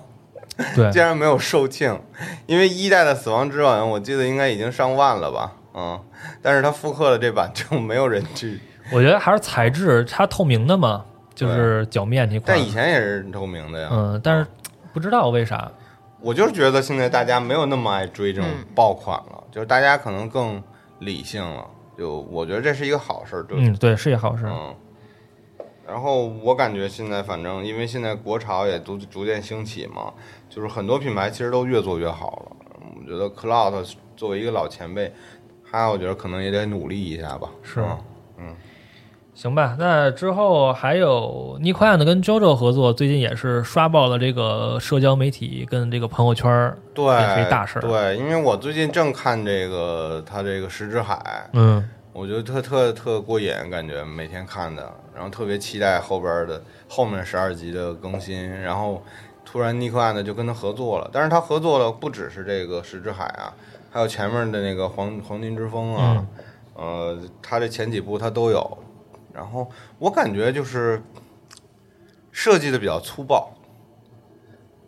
S7: 对
S8: 竟，然没有售罄，因为一代的《死亡之吻》我记得应该已经上万了吧？嗯，但是它复刻的这版就没有人去，
S7: 我觉得还是材质，它透明的嘛，就是脚面那块
S8: 但
S7: 儿。
S8: 以前也是透明的呀。
S7: 嗯，但
S8: 啊
S7: 是不知道为啥，
S8: 我就是觉得现在大家没有那么爱追这种
S9: 嗯
S8: 爆款了，就是大家可能更理性了。就我觉得这是一个好事儿，对，
S7: 嗯，对，是一好事。
S8: 嗯。然后我感觉现在反正因为现在国潮也逐逐渐兴起嘛，就是很多品牌其实都越做越好了。我觉得 Cloud 作为一个老前辈，他我觉得可能也得努力一下吧。
S7: 是
S8: 嗯
S7: 行吧，那之后还有 n i k o a n 跟 JoJo 合作，最近也是刷爆了这个社交媒体跟这个朋友圈儿。
S8: 对，
S7: 也是一大事儿
S8: 对，因为我最近正看这个他这个《石之海》，
S7: 嗯，
S8: 我觉得特特特过瘾，感觉每天看的，然后特别期待后边儿的后面十二集的更新。然后突然尼克汉的就跟他合作了，但是他合作了不只是这个《石之海》啊，还有前面的那个黄《黄金之风》啊，呃，他这前几部他都有。然后我感觉就是设计的比较粗暴，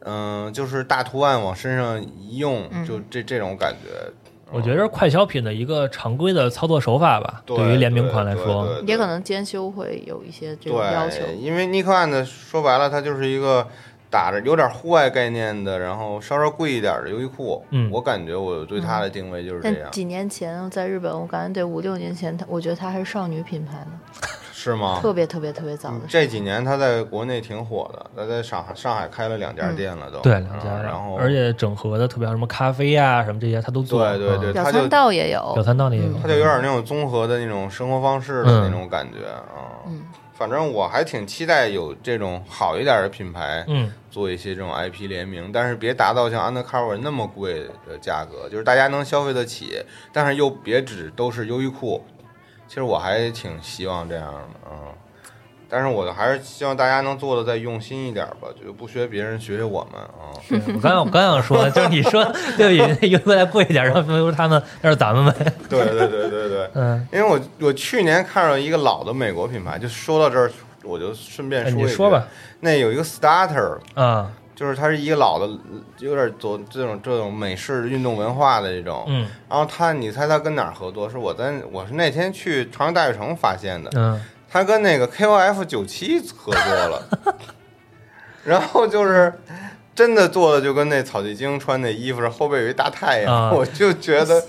S8: 嗯、就是大图案往身上一用，就这这种感觉。
S7: 我觉得是快消品的一个常规的操作手法吧，对于联名款来
S8: 对对
S7: 说。
S8: 对
S9: 也可能监修会有一些这种
S8: 对，
S9: 要求。
S8: 因为尼克汉的说白了，它就是一个打着有点户外概念的，然后稍稍贵一点的优衣库。
S7: 嗯
S8: 我感觉我对它的定位就是这样
S9: 但，几年前在日本，我感觉得五六年前，它我觉得它还是少女品牌呢，
S8: 是吗？嗯
S9: 特别特别特别早的时候。
S8: 啊这几年它在国内挺火的，它在上海上海开了两家店了都。
S7: 对，
S8: 嗯
S7: 两家的
S8: 然后，
S7: 而且整合的特别好，什么咖啡呀、什么这些，他都做。
S8: 对对
S7: 嗯
S8: 对，
S9: 表
S8: 它就
S9: 参道也有，
S7: 表参道那也有。
S8: 它就有点那种综合的那种生活方式
S7: 嗯
S8: 的那种感觉啊。
S9: 嗯
S8: 反正我还挺期待有这种好一点的品牌，
S7: 嗯，
S8: 做一些这种 IP 联名，但是别达到像 Undercover 那么贵的价格，就是大家能消费得起，但是又别只都是优衣库。其实我还挺希望这样的，嗯，但是我还是希望大家能做的再用心一点吧，就不学别人，学学我们啊。
S7: 对我刚我刚想说，就是你说 对比那优衣库再贵一点，然后不如他们，那是咱们呗。
S8: 对对对对对，
S7: 嗯，
S8: 因为我我去年看到一个老的美国品牌，就说到这儿，我就顺便
S7: 哎
S8: 说一
S7: 你
S8: 句，
S7: 说吧，
S8: 那有一个 Starter，
S7: 啊，
S8: 就是它是一个老的，有点走这种这种美式运动文化的这种，
S7: 嗯
S8: 然后他，你猜他跟哪儿合作？是我在我是那天去长安大悦城发现的，
S7: 嗯，
S8: 他跟那个 KOF 九七 合作了，然后就是真的做的就跟那草地精穿那衣服是后背有一大太阳，
S7: 啊
S8: 我就觉 得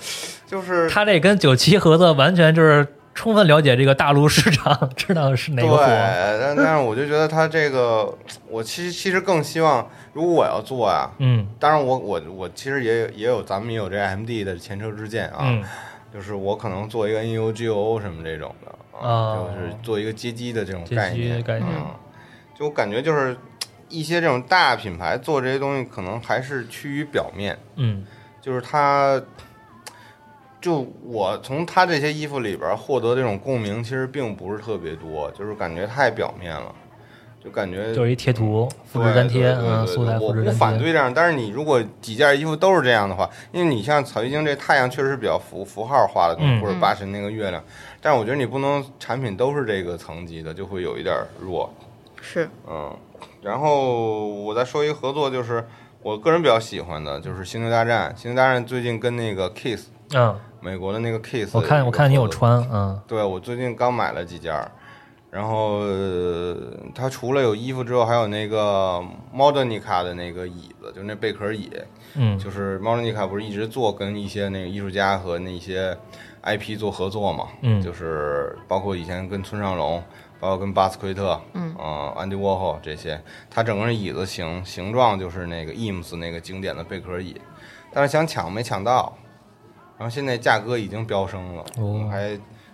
S8: 就是
S7: 他这跟九七合作，完全就是充分了解这个大陆市场，知道是哪
S8: 对，
S7: 个火。
S8: 但但是我就觉得他这个，我其实其实更希望，如果我要做呀、
S7: 嗯
S8: 当然我我我其实也有也有咱们也有这 MD 的前车之鉴啊，
S7: 嗯
S8: 就是我可能做一个 NU GO 什么这种的啊
S7: 哦
S8: 就是做一个街机的这种
S7: 街
S8: 概
S7: 机
S8: 念
S7: 的概念
S8: 嗯，就我感觉就是嘖一些这种大品牌做这些东西，可能还是趋于表面，
S7: 嗯
S8: 就是它，嘖就我从它这些衣服里边获得这种共鸣，其实并不是特别多，就是感觉太表面了，就感觉
S7: 嗯就是一贴图复制
S8: 对
S7: 粘贴，
S8: 对对
S7: 嗯，
S8: 对
S7: 素材
S8: 我
S7: 复制
S8: 不反
S7: 粘贴。
S8: 对这样，但是你如果几件衣服都是这样的话，因为你像草鱼精这太阳确实比较符符号化的东西，
S7: 嗯
S8: 或者八神那个月亮，但是我觉得你不能产品都是这个层级的，就会有一点弱，
S9: 是
S8: 嗯。然后我再说一个合作，就是我个人比较喜欢的，就是《星球大战》。《星球大战》最近跟那个 Kiss
S7: 嗯，
S8: 美国的那个 Kiss，
S7: 我看我看你有
S8: 合作
S7: 穿，嗯
S8: 对，我最近刚买了几件儿，然后、呃它除了有衣服之后，还有那个 Modernica 的那个椅子，就是那贝壳椅，
S7: 嗯
S8: 就是 Modernica 不是一直做跟一些那个艺术家和那些 IP 做合作嘛，
S7: 嗯
S8: 就是包括以前跟村上隆。包括跟巴斯奎特，嗯，呃，安迪沃霍这些，它整个椅子形形状就是那个 Eames 那个经典的贝壳椅，但是想抢没抢到，然后现在价格已经飙升了，
S7: 哦
S8: 我还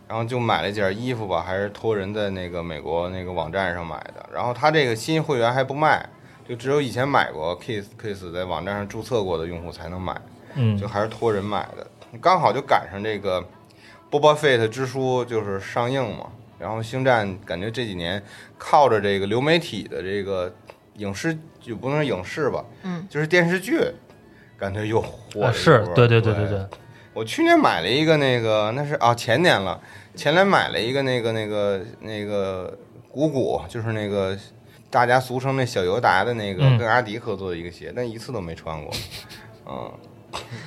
S8: 然后就买了件衣服吧，还是托人在那个美国那个网站上买的。然后他这个新会员还不卖，就只有以前买过 Kiss Kiss 在网站上注册过的用户才能买，
S7: 嗯
S8: 就还是托人买的。刚好就赶上这个 Boba Fett 之书就是上映嘛，然后星战感觉这几年靠着这个流媒体的这个影视就不能说影视吧，
S9: 嗯，
S8: 就是电视剧，感觉又火了一波、
S7: 啊是，对对对对
S8: 对
S7: 对，
S8: 我去年买了一个那个，那是啊前年了，前年买了一个那个那个那个鼓鼓，就是那个大家俗称那小尤达的那个
S7: 嗯
S8: 跟阿迪合作的一个鞋，但一次都没穿过，嗯，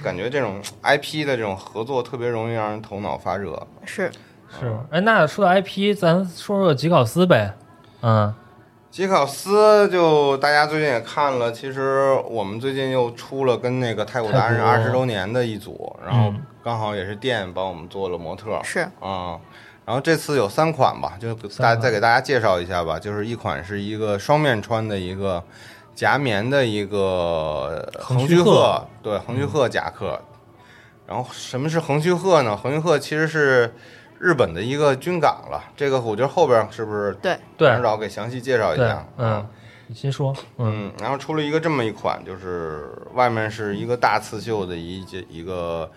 S8: 感觉这种 IP 的这种合作特别容易让人头脑发热。
S9: 是
S8: 嗯
S7: 是，哎，那说到 IP，咱说说吉考斯呗，嗯，
S8: 吉考斯就大家最近也看了，其实我们最近又出了跟那个太古达人
S7: 泰
S8: 二
S7: 国
S8: 十周年的一组，然后
S7: 嗯
S8: 刚好也是店帮我们做了模特儿，
S9: 是
S8: 啊、然后这次有三款吧，就给
S7: 三
S8: 大
S7: 款
S8: 再给大家介绍一下吧，就是一款是一个双面穿的一个夹棉的一个
S7: 横须嗯
S8: 须
S7: 贺
S8: 鹤，对，横须贺夹克。然后什么是横须贺呢？横须贺其实是日本的一个军港了，这个我觉得后边是不是
S9: 对
S7: 对
S8: 指导给详细介绍一
S7: 对
S8: 下？，啊
S7: 嗯，你先说，嗯
S8: 嗯，然后出了一个这么一款，就是外面是一个大刺绣的一件一个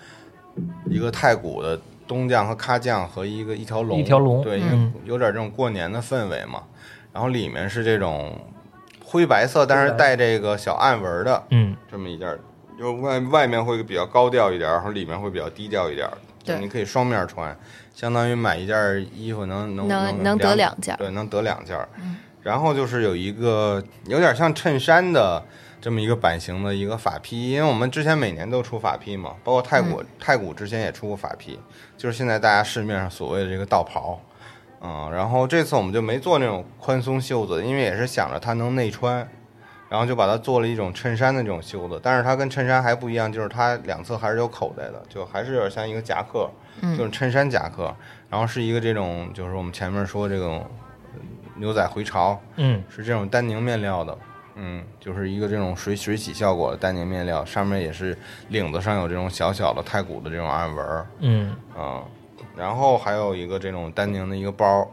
S8: 一个太古的东将和咖将和一个一条龙，
S7: 一条龙
S8: 对，
S7: 嗯
S8: 有有点这种过年的氛围嘛。然后里面是这种灰白色，但是带这个小暗纹的
S7: 嗯，
S8: 这么一件儿，就外外面会比较高调一点儿，然后里面会比较低调一点儿。就
S9: 对
S8: 你可以双面穿，相当于买一件衣服能能
S9: 能
S8: 能
S9: 能得两件儿嗯
S8: 对，能得两件儿。然后就是有一个有点像衬衫的这么一个版型的一个法披，因为我们之前每年都出法披嘛，包括太
S9: 嗯
S8: 古、太古之前也出过法披，就是现在大家市面上所谓的这个道袍。嗯，然后这次我们就没做那种宽松袖子，因为也是想着它能内穿，然后就把它做了一种衬衫的这种袖子，但是它跟衬衫还不一样，就是它两侧还是有口袋的，就还是有点像一个夹克，就是衬衫夹克，然后是一个这种就是我们前面说这种呃牛仔回潮，
S7: 嗯，
S8: 是这种丹宁面料的，嗯，就是一个这种水水洗效果的丹宁面料，上面也是领子上有这种小小的太古的这种暗纹儿，
S7: 嗯，
S8: 啊、然后还有一个这种丹宁的一个包。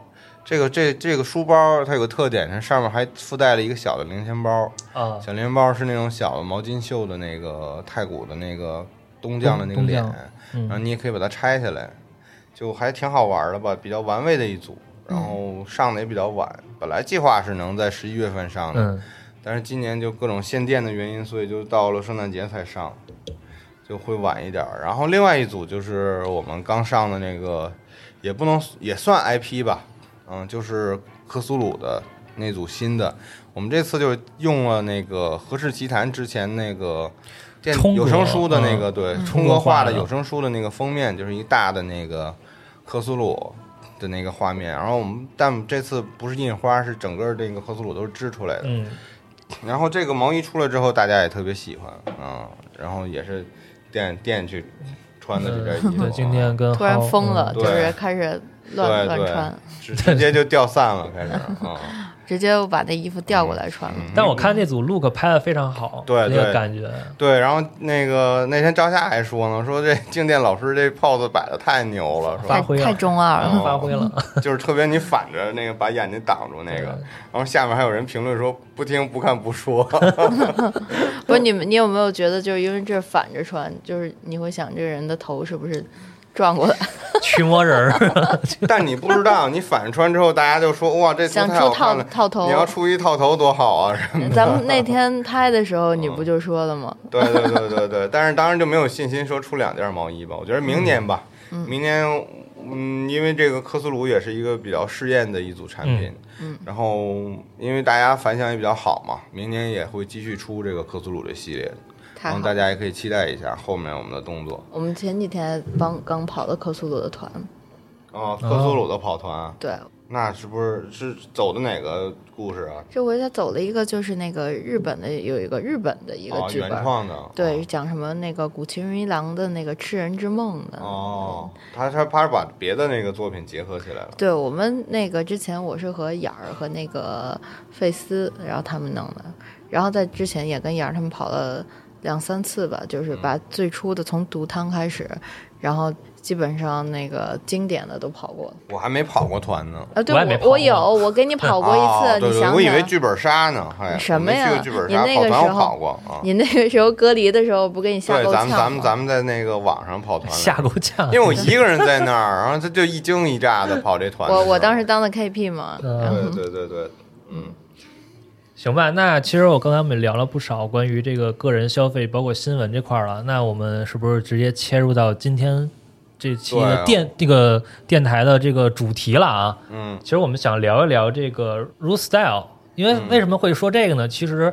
S8: 这个这这个书包它有个特点，它上面还附带了一个小的零钱包，
S7: 啊，
S8: 小拎包是那种小的毛巾绣的那个太古的那个东将的那个
S7: 东
S8: 脸
S7: 东，
S8: 然后
S7: 嗯，
S8: 你也可以把它拆下来，就还挺好玩的吧，比较玩味的一组。然后上的也比较晚，本来计划是能在十一月份上的，
S7: 嗯，
S8: 但是今年就各种限电的原因，所以就到了圣诞节才上，就会晚一点儿。然后另外一组就是我们刚上的那个，也不能也算 IP 吧，嗯，就是克苏鲁的那组新的。我们这次就是用了那个《和氏奇谈》之前那个电
S7: 冲格
S8: 有声书的那个，对，
S7: 冲
S8: 冲
S7: 格
S8: 格
S7: 画
S8: 画
S7: 的
S8: 的有声书的那个封面，就是一大的那个克苏鲁的那个画面。然后我们但这次不是印花，是整个这个克苏鲁都是织出来的。
S7: 嗯，
S8: 然后这个毛衣出来之后，大家也特别喜欢啊、然后也是店店去穿的这件衣服啊，
S7: 呃嗯对，今天跟
S9: 突然
S7: 浩
S9: 疯
S7: 嗯
S9: 了，
S8: 对
S9: 就是开始乱
S8: 对
S9: 乱
S8: 对
S9: 穿，
S8: 直直接就掉散了，开始 啊，
S9: 直接把那衣服调过来穿了。
S8: 嗯
S7: 但我看那组 look 拍的非常好，
S8: 对
S7: 那个
S8: 对
S7: 感觉，
S8: 对，然后那个那天张夏还说呢，说这静电老师这 pose 摆的太 牛了，是
S7: 发
S9: 太
S8: 吧？
S7: 挥了
S9: 太中二了，
S8: 嗯
S7: 发挥了，
S8: 就是特别你反着那个把眼睛挡住那个，然后下面还有人评论说不听不看 不说，
S9: 不是你们，你有没有觉得就是因为这是反着穿，就是你会想这个人的头是不是转过来，
S7: 驱魔 人儿，
S8: 但你不知道，你反着穿之后，大家就说哇这图
S9: 想
S8: 太
S9: 出
S8: 好
S9: 套
S8: 看了，
S9: 套头
S8: 你？要出一套头多好啊！
S9: 咱们那天拍的时候，你不就说了吗？
S8: 对对对对对，但是当然就没有信心说出两件毛衣吧。我觉得明年吧，
S9: 嗯
S8: 明年嗯，因为这个科苏鲁也是一个比较试验的一组产品，嗯，然后因为大家反响也比较好嘛，明年也会继续出这个科苏鲁的系列，
S9: 太
S8: 然
S9: 好
S8: 后
S9: 了，
S8: 大家也可以期待一下后面我们的动作。
S9: 我们前几天帮刚跑了克苏鲁的团，
S8: 哦，科苏鲁的跑团啊，
S9: 对，
S8: 那是不是是走的哪个故事啊？
S9: 这回他走了一个就是那个日本的有一个日本的一个
S8: 哦，
S9: 剧
S8: 原
S9: 本，
S8: 创的，
S9: 对，
S8: 哦。
S9: 讲什么那个古琴一郎的那个《痴人之梦》的。
S8: 哦，他他他是把别的那个作品结合起来了。
S9: 对我们那个之前我是和雅儿和那个费斯，然后他们弄的，然后在之前也跟雅儿他们跑了两三次吧，就是把最初的从毒汤开始，然后基本上那个经典的都跑过了。
S8: 我还没跑过团呢。
S9: 啊，对
S7: 我也没跑
S9: 我
S7: 过
S9: 有，我给你跑过一次，
S8: 哦、对
S9: 你
S8: 对
S9: 想想，
S8: 我以为剧本杀呢，还
S9: 什么呀
S8: 我没去过剧本
S9: 你那
S8: 杀，
S9: 个
S8: 跑
S9: 时
S8: 团我
S9: 候
S8: 跑过啊。
S9: 你那个时候隔离的时候不给你吓
S8: 对，
S9: 够
S8: 咱
S9: 呛
S8: 们咱
S9: 吗
S8: 们咱们在那个网上跑团来着，
S7: 吓够呛，
S8: 因为我一个人在那儿，然后他就一惊一乍的跑这团的时候。
S9: 我我当时当的 KP 嘛，
S7: 嗯
S8: 对对对对，嗯，
S7: 行吧，那其实我刚才我们聊了不少关于这个个人消费，包括新闻这块儿了。那我们是不是直接切入到今天这期
S8: 对
S7: 的
S8: 啊
S7: 电、这个电台的这个主题了啊？
S8: 嗯，
S7: 其实我们想聊一聊这个 Rue Style，因为为什么会说这个呢？其实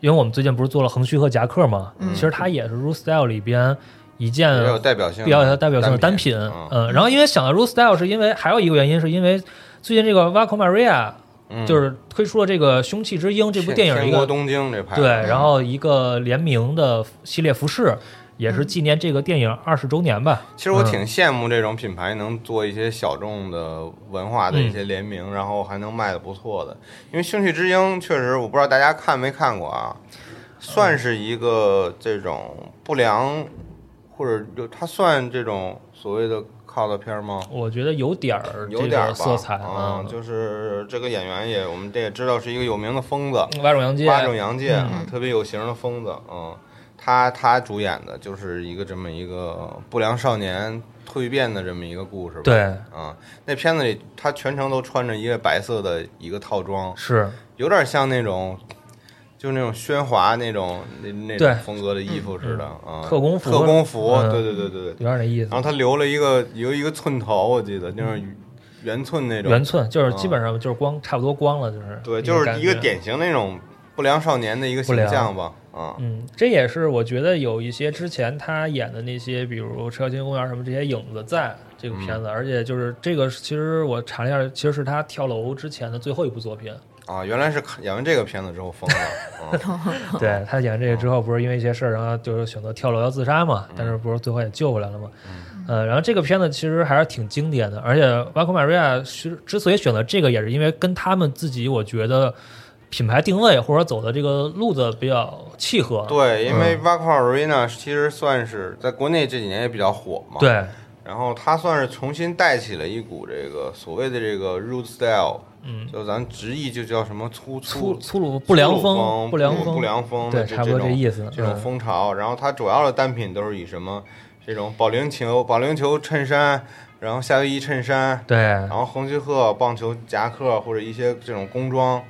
S7: 因为我们最近不是做了横须贺夹克嘛，
S9: 嗯
S7: 其实它也是 Rue Style 里边一件
S8: 也有代表性的
S7: 嗯比较有代表性的单品。
S8: 嗯
S7: 嗯，然后因为想到 Rue Style，是因为还有一个原因，是因为最近这个 Vaco Maria
S8: 嗯
S7: 就是推出了这个《凶器之鹰》这部电影的
S8: 天
S7: 一
S8: 国
S7: 个
S8: 东嗯京这牌子，
S7: 对，然后一个联名的系列服饰，也是纪念这个电影二十周年吧。
S8: 其实我
S7: 嗯
S8: 挺羡慕这种品牌能做一些小众的文化的一
S7: 嗯
S8: 些联名，然后还能卖的不错的。因为《星际之鹰》确实，我不知道大家看没看过啊，算是一个这种不良，或者就它算这种所谓的 cult 片吗？
S7: 我觉得有点儿
S8: 有
S7: 这
S8: 点儿
S7: 个
S8: 吧，
S7: 色彩
S8: 啊、
S7: 嗯
S8: 就是这个演员也，我们这也知道是一个有名的疯子，
S7: 嗯挖种洋街，
S8: 八种洋界
S7: 嗯
S8: 啊，特别有型的疯子，嗯，他他主演的就是一个这么一个不良少年蜕变的这么一个故事吧。
S7: 对，
S8: 啊，那片子里他全程都穿着一个白色的一个套装，
S7: 是
S8: 有点像那种。就是那种喧哗那种那那
S7: 对嗯
S8: 种风格的衣服似的啊，
S7: 特工服
S8: 特工服，
S7: 嗯
S8: 对对对对对。
S7: 有点那意思
S8: 然。后他留了一个留一个寸头，我记得就是圆寸那种，
S7: 圆寸就是
S8: 嗯
S7: 基本上就是光，差不多光了，就是
S8: 对，
S7: 种
S8: 就是
S7: 感
S8: 一个
S7: 觉
S8: 典型那种不良少年的一个形
S7: 不良
S8: 象吧，啊，
S7: 嗯，这也是我觉得有一些之前他演的那些，比如《赤道金公园》什么这些影子在这个片
S8: 嗯
S7: 子，而且就是这个，其实我查了一下，其实是他跳楼之前的最后一部作品。
S8: 啊，原来是看演完这个片子之后疯了。 嗯
S7: 对他演这个之后，不是因为一些事儿，然后就是选择跳楼要自杀
S8: 嗯
S7: 嘛，但是不是最后也救回来了嘛？呃，然后这个片子其实还是挺经典的，而且瓦库玛瑞亚是之所以选择这个，也是因为跟他们自己我觉得品牌定位或者走的这个路子比较契合。
S8: 对，因为 v a c a Arena 其实算是在国内这几年也比较火嘛。。
S7: 对，
S8: 然后它算是重新带起了一股这个所谓的这个 Root Style，嗯，就咱直译就叫什么粗
S7: 粗
S8: 粗
S7: 粗鲁不良
S8: 风
S7: 风，不良
S8: 嗯
S7: 风，
S8: 不良风的
S7: 对，差不多
S8: 这
S7: 这
S8: 种
S7: 意思。
S8: 这种
S7: 嗯
S8: 风潮。然后它主要的单品都是以什么这种保龄球、保龄球衬衫，然后夏威夷衬衫，
S7: 对
S8: 然，后横须贺棒球夹克或者一些这种工装，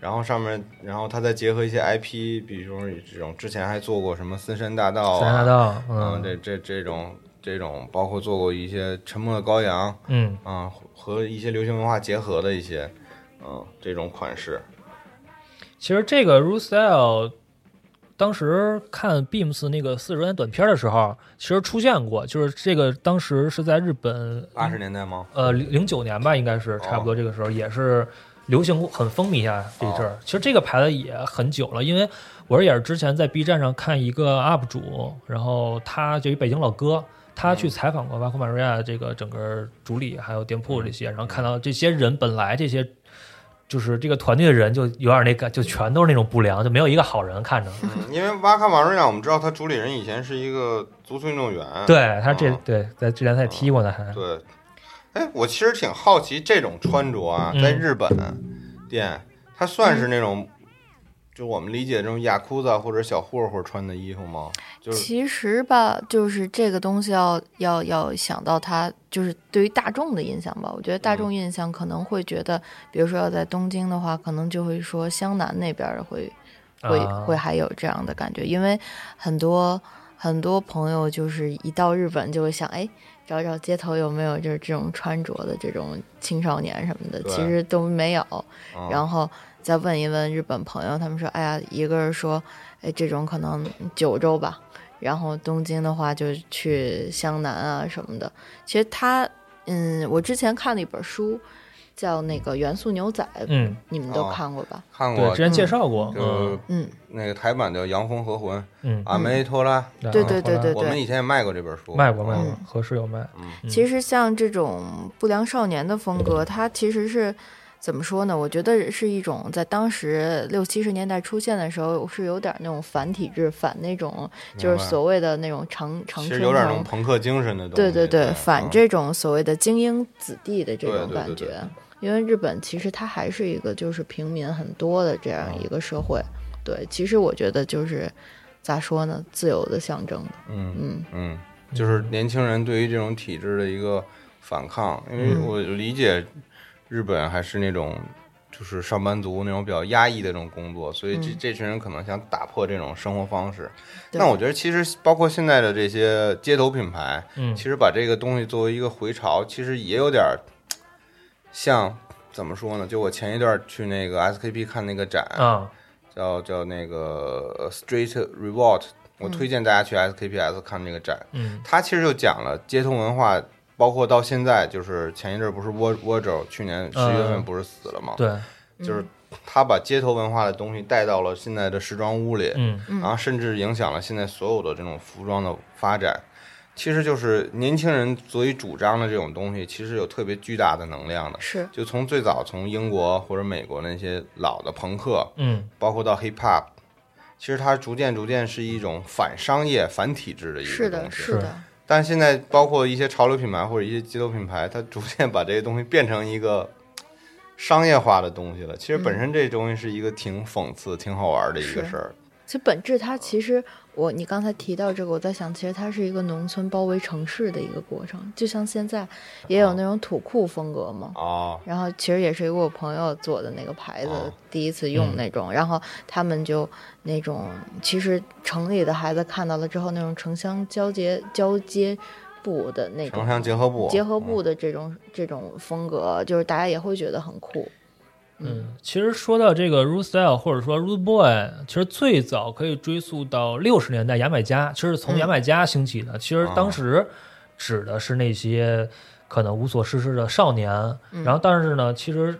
S8: 然后上面，然后它再结合一些 IP，比如说这种之前还做过什么森山大道、啊、
S7: 三大道，
S8: 嗯，
S7: 哦嗯
S8: 这这这种这种，包括做过一些沉默的羔羊
S7: 嗯，
S8: 啊，和一些流行文化结合的一些，嗯，这种款式，
S7: 其实这个 r u Style，当时看 Beams 那个四十元短片的时候，其实出现过，就是这个当时是在日本，
S8: 八十年代吗？
S7: 呃，零九年吧，应该是差不多这个时候，也是流行很风靡啊这一阵儿。其实这个牌子也很久了，因为我是也是之前在 B 站上看一个 UP 主，然后他就一北京老哥。他去采访过瓦库玛瑞亚这个整个主理还有店铺这些，然后看到这些人本来这些就是这个团队的人就有点那个，就全都是那种不良，就没有一个好人看着。
S8: 嗯，因为瓦卡马瑞亚，我们知道他主理人以前是一个足球运动员，
S7: 对他这
S8: 嗯
S7: 对在之前他也踢过呢，还
S8: 对，哎，我其实挺好奇这种穿着啊，
S7: 嗯
S8: 在日本店，它算是那种，就我们理解这种雅库子或者小混混穿的衣服吗？就是
S9: 其实吧，就是这个东西要要要想到它，就是对于大众的印象吧。我觉得大
S8: 嗯
S9: 众印象可能会觉得，比如说要在东京的话，可能就会说湘南那边儿会会
S7: 啊
S9: 会还有这样的感觉，因为很多很多朋友就是一到日本就会想，哎，找找街头有没有就是这种穿着的这种青少年什么的，
S8: 对
S9: 其实都没有。
S8: 嗯
S9: 然后再问一问日本朋友，他们说，哎呀，一个是说，哎，这种可能九州吧，然后东京的话就去湘南啊什么的。其实他，嗯，我之前看了一本书，叫那个《元素牛仔》，
S7: 嗯，
S9: 你们都
S8: 哦
S9: 看过吧？
S8: 看
S7: 对
S8: 过
S7: 之，前介绍过，
S8: 就
S7: 嗯
S9: 嗯，
S8: 那个台版叫《洋风合魂》，
S7: 嗯，
S8: 阿梅托拉，
S9: 对对对对
S8: 嗯我们以前也卖过这本书，
S7: 卖过卖
S8: 嗯
S7: 过，合适有卖，嗯
S9: 其实像这种不良少年的风格，它其实是怎么说呢？我觉得是一种在当时六七十年代出现的时候，是有点那种反体制、反那种就是所谓的那种长长
S8: 其
S9: 春
S8: 实有点那种
S9: 藤
S8: 朋克精神的东西，
S9: 对对对，
S8: 嗯
S9: 反这种所谓的精英子弟的这
S8: 对
S9: 种
S8: 对
S9: 感
S8: 对
S9: 觉。
S8: 对
S9: 因为日本其实它还是一个就是平民很多的这样
S8: 嗯
S9: 一个社会，对，其实我觉得就是咋说呢，自由的象征吧。
S8: 嗯
S9: 嗯
S8: 嗯，就是年轻人对于这种体制的一个反抗，因为
S9: 嗯
S8: 我理解日本还是那种就是上班族那种比较压抑的那种工作，所以这、
S9: 嗯
S8: 这群人可能想打破这种生活方式。
S9: 对
S8: 那我觉得其实包括现在的这些街头品牌，
S7: 嗯
S8: 其实把这个东西作为一个回潮，其实也有点儿像怎么说呢？就我前一段去那个 SKP 看那个展，
S7: 啊，
S8: 叫叫那个呃 Street Revolt，我
S9: 嗯
S8: 推荐大家去 SKPS 看这个展。
S7: 嗯
S8: 它其实就讲了街头文化，包括到现在，就是前一阵儿不是窝窝州去年十月份不是死了吗？
S7: 嗯对，
S8: 就是他把街头文化的东西带到了现在的时装屋里，
S7: 嗯
S8: 然后甚至影响了现在所有的这种服装的发展。其实就是年轻人所以主张的这种东西，其实有特别巨大的能量的。
S9: 是
S8: 就从最早从英国或者美国那些老的朋克，
S7: 嗯，
S8: 包括到 hip hop，其实它逐渐逐渐是一种反商业、反体制的一
S9: 是
S8: 个东
S9: 的，
S8: 西。
S9: 是的，
S8: 但现在包括一些潮流品牌或者一些街头品牌，它逐渐把这些东西变成一 个商业化的东西了。其实本身这东西是一个挺讽刺、挺好玩的一个
S9: 嗯是
S8: 事儿。
S9: 其实本质它其实我你刚才提到这个，我在想，其实它是一个农村包围城市的一个过程，就像现在也有那种土库风格嘛。
S8: 哦，
S9: 然后其实也是我朋友做的那个牌子，
S8: 哦
S9: 第一次用
S7: 嗯
S9: 那种，然后他们就那种，其实城里的孩子看到了之后，那种城乡交接交接部的那种
S8: 城乡结合部，啊嗯
S9: 结合部的这种、这种风格，就是大家也会觉得很酷。
S7: 嗯，其实说到这个 Root Style 或者说 Root Boy，其实最早可以追溯到六十年代牙买加，其实从牙买加兴起的。其实当时指的是那些可能无所事事的少年，
S9: 嗯
S7: 然后但是呢，其实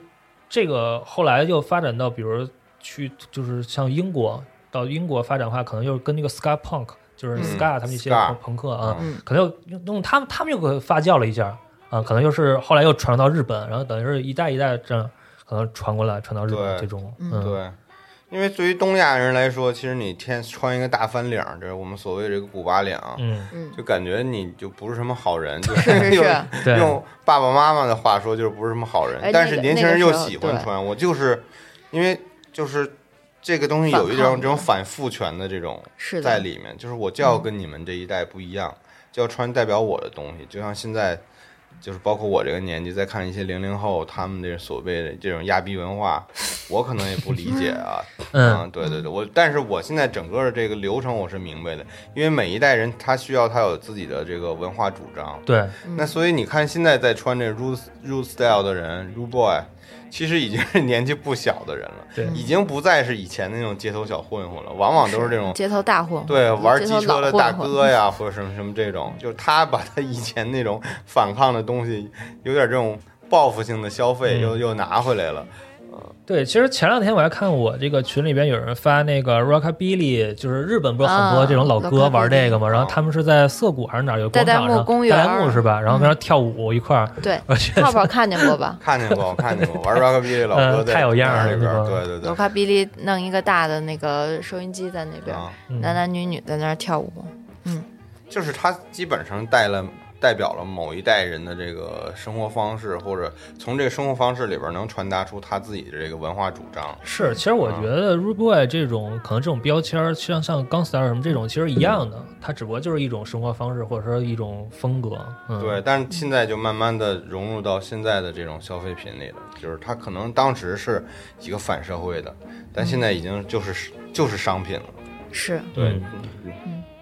S7: 这个后来又发展到，比如去就是像英国，到英国发展的话，可能又跟那个 ska punk，就是
S9: 嗯
S7: ska 他们一些
S8: ska
S7: 朋朋克啊，
S9: 嗯
S7: 可能又用他们他们又给发酵了一下啊，可能又是后来又传到日本，然后等于是一代一代这样可能传过来，传到日本
S8: 对
S7: 最终，
S9: 嗯
S7: 嗯，
S8: 对。因为对于东亚人来说，其实你天穿一个大翻领儿，这是我们所谓这个古巴领啊儿，
S7: 嗯，
S9: 嗯，
S8: 就感觉你就不是什么好 人，就是
S9: 是
S8: 用
S9: 是，
S7: 对，
S8: 用爸爸妈妈的话说，就是不是什么好人。
S9: 哎
S8: 但
S9: 那
S8: 是
S9: 个
S8: 年轻
S9: 那
S8: 人
S9: 个
S8: 又
S9: 时候
S8: 喜欢
S9: 对
S8: 穿，我就是因为就是这个东西有一
S9: 反
S8: 种
S9: 抗
S8: 这种反父权的这种
S9: 是的嗯
S8: 在里面，就是我就要跟你们这一代不一样，就要穿代表我的东西。就像现在，就是包括我这个年纪，在看一些零零后他们这所谓的这种亚逼文化，我可能也不理解啊。
S7: 嗯，
S8: 对对对，我但是我现在整个的这个流程我是明白的，因为每一代人他需要他有自己的这个文化主张。
S7: 对，
S9: 嗯
S8: 那所以你看，现在在穿这 Root Root Style 的人，Root Boy，其实已经是年纪不小的人了，
S7: 对
S9: 嗯
S8: 已经不再是以前那种街头小混混了，往往都是这种
S9: 街头大混混，
S8: 对玩
S9: 街
S8: 机
S9: 头
S8: 车
S9: 老
S8: 的
S9: 混
S8: 大
S9: 混
S8: 哥呀，或者什么什么这种，就是他把他以前那种反抗的东西，有点这种报复性的消费，
S7: 嗯
S8: 又又拿回来了。
S7: 对，其实前两天我还看我这个群里边有人发那个 rockabilly，就是日本不是很多
S9: 啊
S7: 这种老哥
S9: rockabilly
S7: 玩这个嘛，然后他们是在涩谷还是哪儿有广
S9: 代代
S7: 场，
S9: 木
S7: 然后
S9: 公园嗯
S7: 代代木是吧？然后跟那儿跳舞一块儿，
S9: 对，
S7: 我觉
S9: 泡
S7: 得
S9: 泡看见过吧？
S8: 看见 过，我看见过，玩 rockabilly 老哥
S7: 嗯
S8: 在
S7: 太有样儿了
S8: 那边儿，
S7: 那
S8: 对
S7: 个
S8: 对
S9: 楼
S8: 对，
S9: 卡哔哩弄一个大的那个收音机在那边，
S8: 啊，
S7: 嗯
S9: 男男女女在那儿跳舞。
S8: 就是他基本上带了代表了某一代人的这个生活方式，或者从这个生活方式里边能传达出他自己的这个文化主张。
S7: 是，其实我觉得 Rude Boy 这种可能这种标签儿，像像 Gunstar 什么这种，其实一样的，它只不过就是一种生活方式或者说一种风格。嗯，
S8: 对，但是现在就慢慢的融入到现在的这种消费品里了，就是他可能当时是一个反社会的，但现在已经就是
S7: 嗯
S8: 就是商品了。
S9: 是，
S7: 对，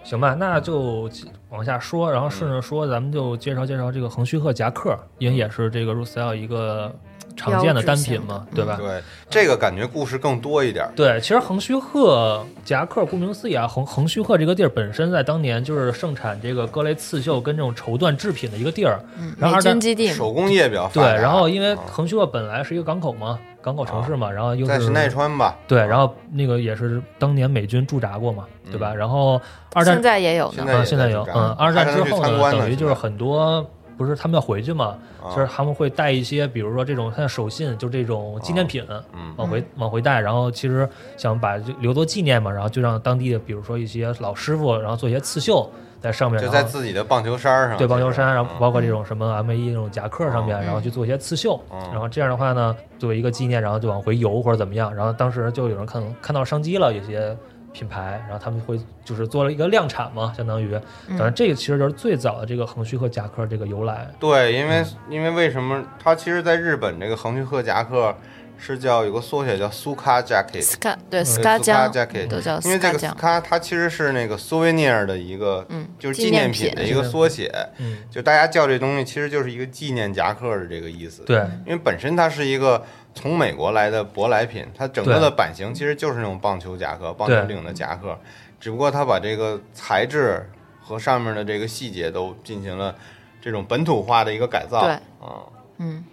S7: 行吧，那就往下说，然后顺着说，咱们就介绍介绍这个横须贺夹克，因为也是这个 Rude Style 一个常见的单品嘛，嗯对吧？
S8: 对，这个感觉故事更多一点儿。
S7: 对，其实横须贺夹克，顾名思义啊，横横须贺这个地儿本身在当年就是盛产这个各类刺绣跟这种绸缎制品的一个地儿。
S9: 嗯，
S7: 然
S9: 美
S7: 后二战
S9: 军基地嘛，
S8: 手工业比较
S7: 对
S8: 发达，，
S7: 然后因为
S8: 啊
S7: 横须贺本来是一个港口嘛，港口城市嘛，然后又
S8: 在
S7: 啊是
S8: 神奈川吧，
S7: 对，然后那个也是当年美军驻扎过嘛，对吧？然后二战
S9: 现在也有
S8: 现
S9: 呢。
S8: 在也
S7: 啊，现在
S8: 在
S7: 有，
S8: 驻扎
S7: 嗯，二战之后
S8: 还能去参观呢
S7: 等于就是
S8: 现在
S7: 很多不是他们要回去嘛，
S8: 啊
S7: 就是他们会带一些，比如说这种他的手信，就这种纪念品，
S8: 嗯
S7: 往回往回带，然后其实想把这留作纪念嘛，然后就让当地的，比如说一些老师傅，然后做一些刺绣在上面，
S8: 就
S7: 然
S8: 在
S7: 后
S8: 自己的棒球衫上，
S7: 对棒球衫，然后
S8: 嗯
S7: 包括这种什么 M 一那种夹克上面，然后去做一些刺绣，
S8: 嗯
S7: 然后这样的话呢，作为一个纪念，然后就往回游或者怎么样，然后当时就有人看看到商机了，有些品牌，然后他们会就是做了一个量产嘛，相当于，反正这个其实就是最早的这个横须贺夹克这个由来，
S8: 对，因为因为为什么它其实，在日本这个横须贺夹克是叫有个缩写叫苏卡 jacket。
S9: ，ska 对
S8: 对
S9: ska
S8: 苏卡
S9: 江
S8: 呃 jacket
S9: 都叫
S8: 因为这
S9: ska
S8: 个
S9: 江，
S8: ska 它其实是那个 souvenir 的一个，
S9: 嗯
S8: 就是
S9: 纪
S8: 纪
S9: 念
S8: 念
S9: 品
S8: 品的一个缩写。
S7: 嗯，
S8: 就大家叫这东西，其实就是一个纪念夹克的这个意思。，
S7: 对，
S8: 因为本身它是一个从美国来的舶来品，它整个的版型其实就是那种棒球夹克、棒球领的夹克，只不过它把这个材质和上面的这个细节都进行了这种本土化的一个改造。
S9: 对
S8: 嗯，
S9: 嗯，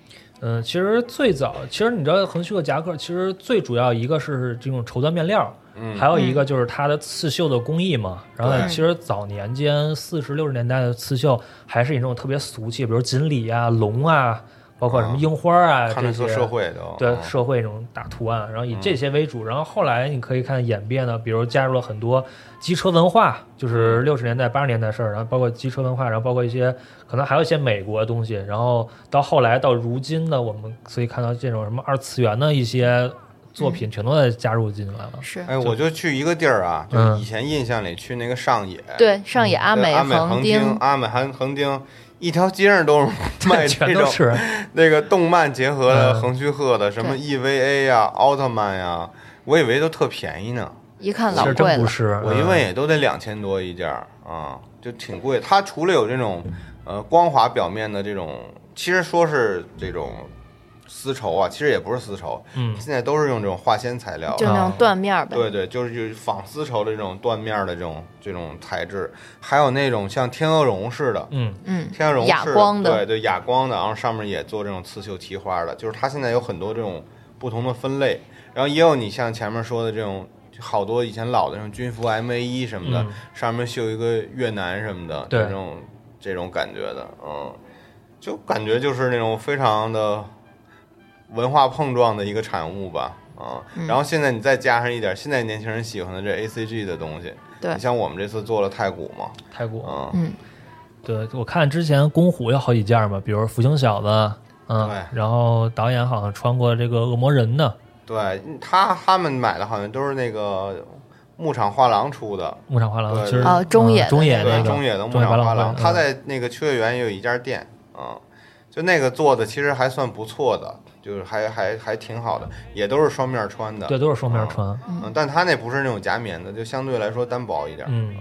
S7: 嗯，其实最早，其实你知道横须贺夹克，其实最主要一个是这种绸缎面料，
S8: 嗯
S7: 还有一个就是它的刺绣的工艺嘛。然后
S8: 对
S7: 其实早年间四十六十年代的刺绣还是以那种特别俗气，比如锦鲤啊、龙啊，包括什么
S8: 啊
S7: 樱花啊
S8: 他
S7: 这
S8: 们
S7: 些
S8: 说社会都
S7: 对
S8: 嗯
S7: 社会这种大图案，然后以这些为主，然后后来你可以看演变呢，比如加入了很多机车文化，
S8: 嗯
S7: 就是六十年代八十年代的事儿，然后包括机车文化，然后包括一些可能还有一些美国的东西，然后到后来到如今呢，我们所以看到这种什么二次元的一些作
S9: 嗯
S7: 品，全都在加入进来了。
S9: 是
S8: 哎，我就去一个地儿啊，就
S7: 嗯
S8: 是以前印象里去那个上野，
S9: 对上野阿
S8: 对，
S9: 美
S8: 嗯阿美
S9: 横
S8: 町、阿美横横丁，一条街上都是 卖
S7: 全
S8: 这
S7: 都
S8: 种
S7: 是，
S8: 那个动漫结合的
S7: 嗯
S8: 横须贺的，什么
S9: 对
S8: EVA 呀、奥特曼呀，我以为都特便宜呢，
S9: 一看
S7: 其
S9: 老
S7: 实
S9: 贵
S7: 真不
S9: 了，
S7: 是。
S8: 我一问也都得两千多一件儿啊，就挺贵。它除了有这种呃光滑表面的这种，其实说是这种丝绸啊，其实也不是丝绸，
S7: 嗯
S8: 现在都是用这种化纤材料，啊
S9: 就那种缎面儿呗，
S8: 对对，就是就是仿丝绸的这种缎面儿的这种这种材质，还有那种像天鹅绒似的，
S7: 嗯，
S9: 嗯，
S8: 天鹅绒
S9: 哑
S8: 是
S9: 光的
S8: 对对哑光的，然后上面也做这种刺绣提花的，就是它现在有很多这种不同的分类，然后也有你像前面说的这种好多以前老的这种军服 M A 一什么的，
S7: 嗯
S8: 上面绣一个越南什么的，
S7: 对
S8: 这种这种感觉的，嗯，就感觉就是那种非常的文化碰撞的一个产物吧。啊、
S9: 嗯
S8: 然后现在你再加上一点现在年轻人喜欢的这 A C G 的东西，
S9: 对
S8: 你像我们这次做了太古嘛，
S7: 泰国。
S8: 嗯，
S9: 嗯，
S7: 对，我看之前公虎有好几件嘛，比如《福星小子》，嗯
S8: 对，
S7: 然后导演好像穿过这个《恶魔人》呢，
S8: 对他他们买的好像都是那个牧场画廊出的，
S7: 牧场画廊
S8: 对
S7: 就是
S9: 哦中野
S7: 嗯中野
S9: 对
S7: 那
S8: 对，
S7: 个
S8: 中野的牧
S7: 中野百
S8: 场
S7: 老
S8: 画
S7: 汇
S8: 廊，
S7: 嗯
S8: 他在那个秋叶原也有一家店，嗯，就那个做的其实还算不错的，就是还还还挺好的，也都是双面穿的，
S7: 对都是双面穿。
S8: 嗯，但他那不是那种夹棉的，就相对来说单薄一点，
S7: 嗯，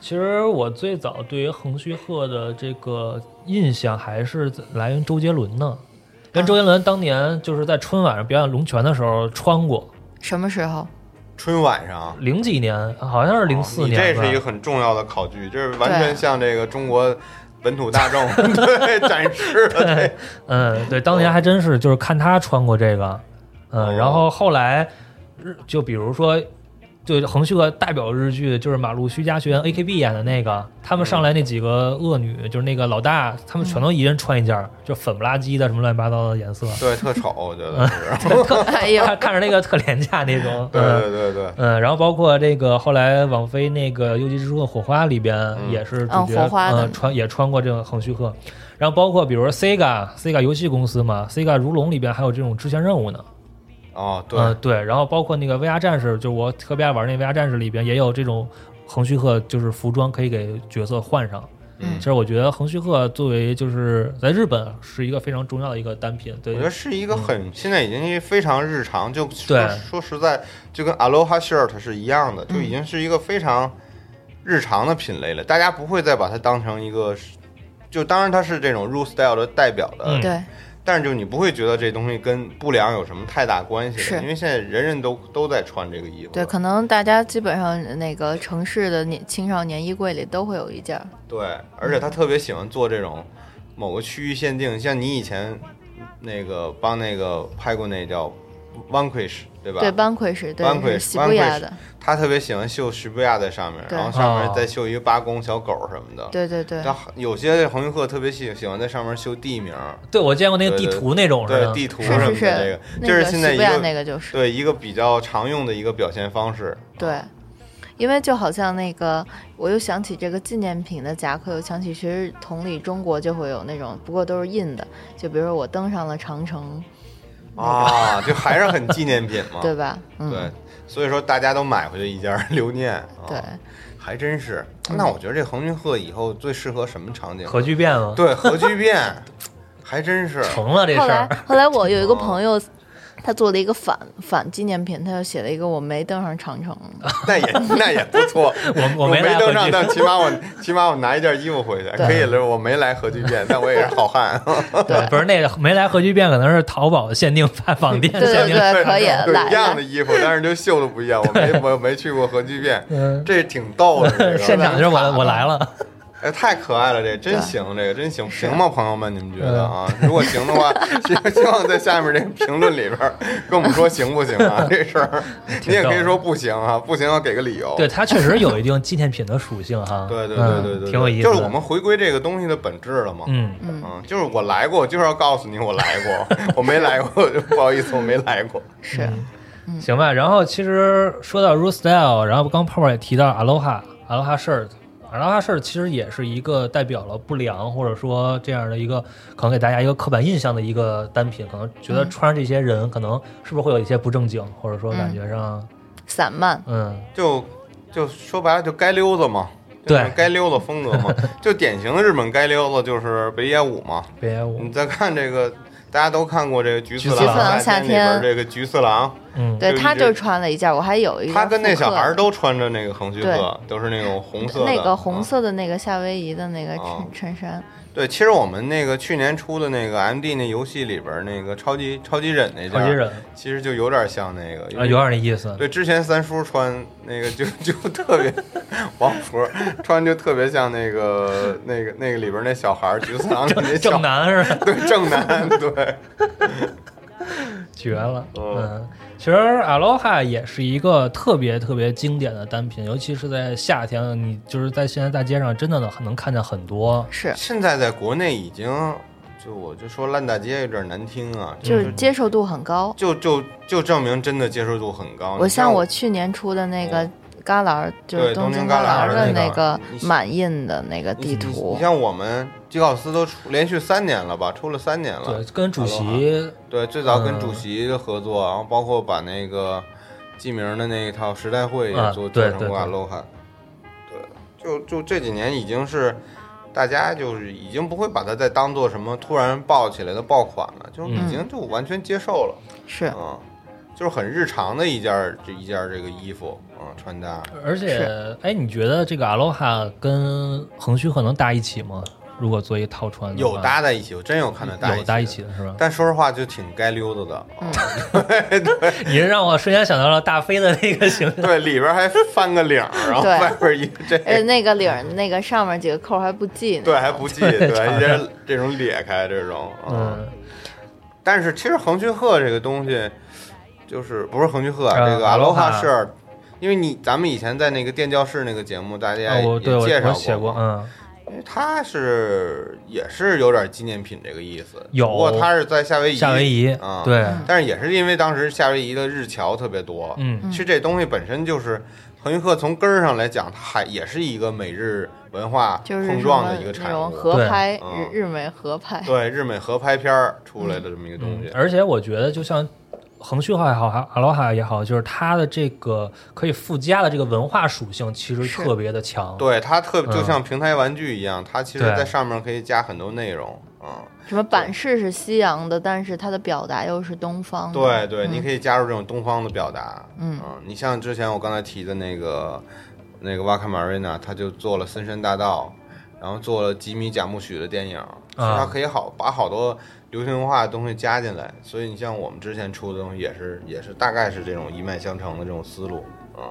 S7: 其实我最早对于横须贺的这个印象还是来源周杰伦呢，因为周杰伦当年就是在春晚上表演龙泉的时候穿过，
S9: 什么时 候？
S8: 春晚上。啊
S7: 零几年好像是零四
S8: 哦你
S7: 年吧，
S8: 这是一个很重要的考据，这是完
S9: 对
S8: 全向这个中国本土大众 对展示了这个
S7: 嗯，对，当年还真是就是看他穿过这个，嗯，
S8: 哦
S7: 然后后来日就比如说，对横须贺代表日剧就是《马路须加学园》AKB 演的那个，他们上来那几个恶女，就是那个老大，他们全都一人穿一件儿，就粉不拉几的什么乱七八糟的颜色，
S8: 对特丑，我觉得 是，
S9: 哎呦，
S7: 看看着那个特廉价那种，
S8: 对
S7: 嗯。
S8: 对对对，
S7: 嗯，然后包括这个后来网飞那个《幽之之的火花》里边
S8: 嗯
S7: 也是主
S9: 嗯
S7: 角，
S9: 火花的
S7: 呃穿也穿过这个横须贺，然后包括比如说 Sega Sega 游戏公司嘛，Sega 如龙里边还有这种支线任务呢，
S8: 哦对，
S7: 嗯对，然后包括那个 VR 战士，就是我特别爱玩那 VR 战士里边也有这种横须贺，就是服装可以给角色换上。
S8: 嗯
S7: 其实我觉得横须贺作为就是在日本是一个非常重要的一个单品，对
S8: 我觉，得是一个很、现在已经非常日常，就说
S7: 对
S8: 说实在，就跟 Aloha shirt 是一样的，就已经是一个非常日常的品类了。大家不会再把它当成一个，就当然它是这种 r u l e style 的代表的，
S7: 嗯
S9: 对，
S8: 但是就你不会觉得这东西跟不良有什么太大关系了
S9: 是
S8: 因为现在人人都都在穿这个衣服
S9: 对，
S8: 了。
S9: 可能大家基本上那个城市的年青少年衣柜里都会有一件儿，
S8: 对，而且他特别喜欢做这种某个区域限定，像你以前那个帮那个拍过那叫 Vanquish 对吧？
S9: 对，班奎是，对
S8: 班，奎
S9: 是喜布亚的，
S8: 他特别喜欢绣徐步亚在上面，
S9: 对
S8: 然后上
S7: 哦
S8: 面再绣一个八公小狗什么的。，
S9: 对对对，
S8: 但有些红云鹤特别喜喜欢在上面绣地名，
S7: 对我见过那个
S8: 对
S7: 地
S8: 对
S7: 图那种是
S8: 对
S7: 吧
S8: 地图
S9: 是
S8: 什么
S9: 是
S8: 的这
S9: 是
S8: 个，，
S9: 那
S8: 这
S9: 个
S8: 是现在
S9: 喜
S8: 一
S9: 布亚那
S8: 个
S9: 个就是，
S8: 对一个比较常用的一个表现方式。
S9: 对，因为就好像那个，我又想起这个纪念品的夹克，又想起其实同理中国就会有那种，不过都是印的，就比如说我登上了长城，
S8: 啊，就还是很纪念品嘛。
S9: 对吧？嗯，
S8: 哦对，所以说大家都买回去一件儿留念。啊
S9: 对，嗯
S8: 还真是。那我觉得这横云鹤以后最适合什么场景？
S7: 核聚变嘛，
S8: 对核聚变，还真是。
S7: 成了这
S9: 后
S7: 事
S9: 来
S7: 儿， 啊
S9: 后来我有一个朋友，他做了一个反反纪念品，他又写了一个我没登上长 城，
S8: 那也那也不错。
S7: 我
S8: 我
S7: 没来
S8: 登
S7: 回
S8: 上，但
S7: 去，
S8: 起码我起码我拿一件衣服回去，
S9: 对
S8: 可以了。我没来核聚变，但我也是好汉。
S9: 对
S7: 呃不是那个没来核聚变，可能是淘宝限定发网店
S9: 对
S7: 限定。
S9: 对，可以
S8: 对
S9: 来
S8: 一样的
S9: 来，
S8: 衣服，但是就绣的不一样。我没我没去过核聚变，这挺逗的。这个
S7: 嗯 现场就是我我来，了，
S8: 哎，太可爱了，这真行，这个真行，行吗，朋友们？你们觉得啊？
S7: 嗯
S8: 如果行的话，希希望在下面这个评论里边儿跟我们说行不行 啊？这事儿你也可以说不行啊，不行要给个理由。
S7: 对它确实有一定纪念品的属性哈。
S8: 对对对对
S7: 嗯
S8: 对，
S7: 挺有意思。
S8: 就是我们，回归这个东西的本质了嘛。
S7: 嗯，
S8: 嗯，就是我来过，我就是要告诉你我来过， 我没来过，就不好意思，我没来过。
S9: 是
S7: 嗯
S9: 嗯
S7: 行吧。然后其实说到 r o o Style，然后刚泡泡也提到 Aloha Aloha Shirt。Aloha Shirt 其实也是一个代表了不良或者说这样的一个可能给大家一个刻板印象的一个单品，可能觉
S9: 嗯
S7: 得穿上这些人，可能是不是会有一些不正经，或者说
S9: 嗯
S7: 感觉上，
S9: 散漫，
S7: 嗯，
S8: 就就说白了，就该溜子嘛，就是
S7: 对
S8: 该溜子风格嘛，就典型的日本该溜子就是北野武嘛。
S7: 别我，
S8: 你再看这个，大家都看过这个菊次
S7: 菊次郎
S8: 郎
S9: 啊夏
S8: 里
S9: 天
S8: 边这个菊次郎，
S7: 嗯，
S9: 对，
S8: 就
S9: 他
S8: 一直
S9: 就穿了一件，我还有一个
S8: 他跟那
S9: 复刻
S8: 小孩儿
S9: 的
S8: 都穿着那个横须贺，都是那种红色的
S9: 那个红
S8: 嗯
S9: 色的那个夏威夷的那个
S8: 啊
S9: 衬衬衫，
S8: 对，其实我们那个去年出的那个 MD 那游戏里边那个超级超级忍那件，
S7: 超级忍，
S8: 其实就有点像那个，因
S7: 啊，
S8: 为
S7: 有点那意思，
S8: 对，之前三叔穿那个就就特别，王婆穿就特别像那个那个那个里边那小孩儿，菊次郎的那小
S7: 正男是吧
S8: 对 正男，对，
S7: 绝了，
S8: 嗯
S7: 嗯，其实 Aloha 也是一个特别特别经典的单品，尤其是在夏天，你就是在现在大街上真的能看见很多，
S9: 是
S8: 现在在国内已经就我就说烂大街有点难听啊，就
S9: 就是接受度很高。
S8: 就就就证明真的接受度很高。
S9: 我
S8: 哦你
S9: 像
S8: 像
S9: 我去年出的那个
S8: 嗯
S9: 旮旯，就是
S8: 对东
S9: 京
S8: 京
S9: 旮
S8: 旮旯
S9: 的
S8: 的那
S9: 个
S8: 个
S9: 满印的那个地
S8: 你
S9: 图，
S8: 像我们吉考斯都出连续三年了吧，出了三年了
S7: 对，，跟主席
S8: 对，最早
S7: 嗯
S8: 跟主席的合作，然后包括把那个记名的那一套时代会
S7: 啊
S8: 也做、
S7: 对
S8: 做成过
S7: 对
S8: Aloha。对，就就这几年已经是大家就是已经不会把它再当做什么突然爆起来的爆款了，就是
S7: 嗯
S8: 已经就完全接受了，
S9: 是
S8: 嗯，就是很日常的一件儿这一件儿这个衣服，嗯，穿搭。
S7: 而且，哎，你觉得这个 Aloha 跟横须贺能搭一起吗？如果做一套穿的话
S8: 有搭在一起，我真有看到搭
S7: 有搭一
S8: 一
S7: 起
S8: 的。
S7: 的是吧？
S8: 但说实话，就挺该溜达的。嗯、
S7: 你是让我瞬间想到了大飞的那个形象，
S8: 对，里边还翻个领儿，然后
S9: 对
S8: 外边一个这
S9: 而且呃那个领儿那个上面几个扣还不系呢。
S8: 对，还不系，对，一些这种裂开这种，
S7: 嗯，
S8: 但是其实横须贺这个东西，就是不是横须贺
S7: 啊
S8: 啊，这个
S7: Aloha
S8: Aloha 是，因为你咱们以前在那个电教室那个节目，大家
S7: 啊
S8: 也
S7: 我对我
S8: 介
S7: 我
S8: 绍
S7: 写过，
S8: 嘛，
S7: 嗯，
S8: 因为它是也是有点纪念品这个意思，
S7: 有
S8: 不过它是在夏威夷，
S7: 嗯夏威夷
S8: 啊，，
S7: 对，
S8: 但是也是因为当时夏威夷的日侨特别多，
S7: 嗯
S8: 其实这东西本身就是。横须贺从根儿上来讲，它还也是一个美日文化
S9: 就是
S8: 碰
S9: 什
S8: 撞
S9: 么
S8: 的一个
S9: 那
S8: 产物，
S9: 种合
S7: 对
S9: 拍，
S8: 嗯
S9: 日日美合拍，
S8: 对，日美合拍片儿出
S9: 嗯
S8: 来的这么一个东西。
S7: 嗯而且我觉得，就像横须贺也好，阿罗哈也好，就是它的这个可以附加的这个文化属性，其实特别的强。
S8: 对，它特
S7: 嗯
S8: 就像平台玩具一样，它其实
S7: 对
S8: 在上面可以加很多内容。嗯，
S9: 什么版式是西洋的，但是它的表达又是东方的。
S8: 对对，
S9: 嗯
S8: 你可以加入这种东方的表达。
S9: 嗯
S8: 你像之前我刚才提的那个那个瓦卡马瑞娜，他就做了《森山大道》，然后做了吉米贾木许的电影，所以
S7: 啊
S8: 他可以好把好多流行文化的东西加进来。所以你像我们之前出的东西，也是也是大概是这种一脉相承的这种思路。嗯，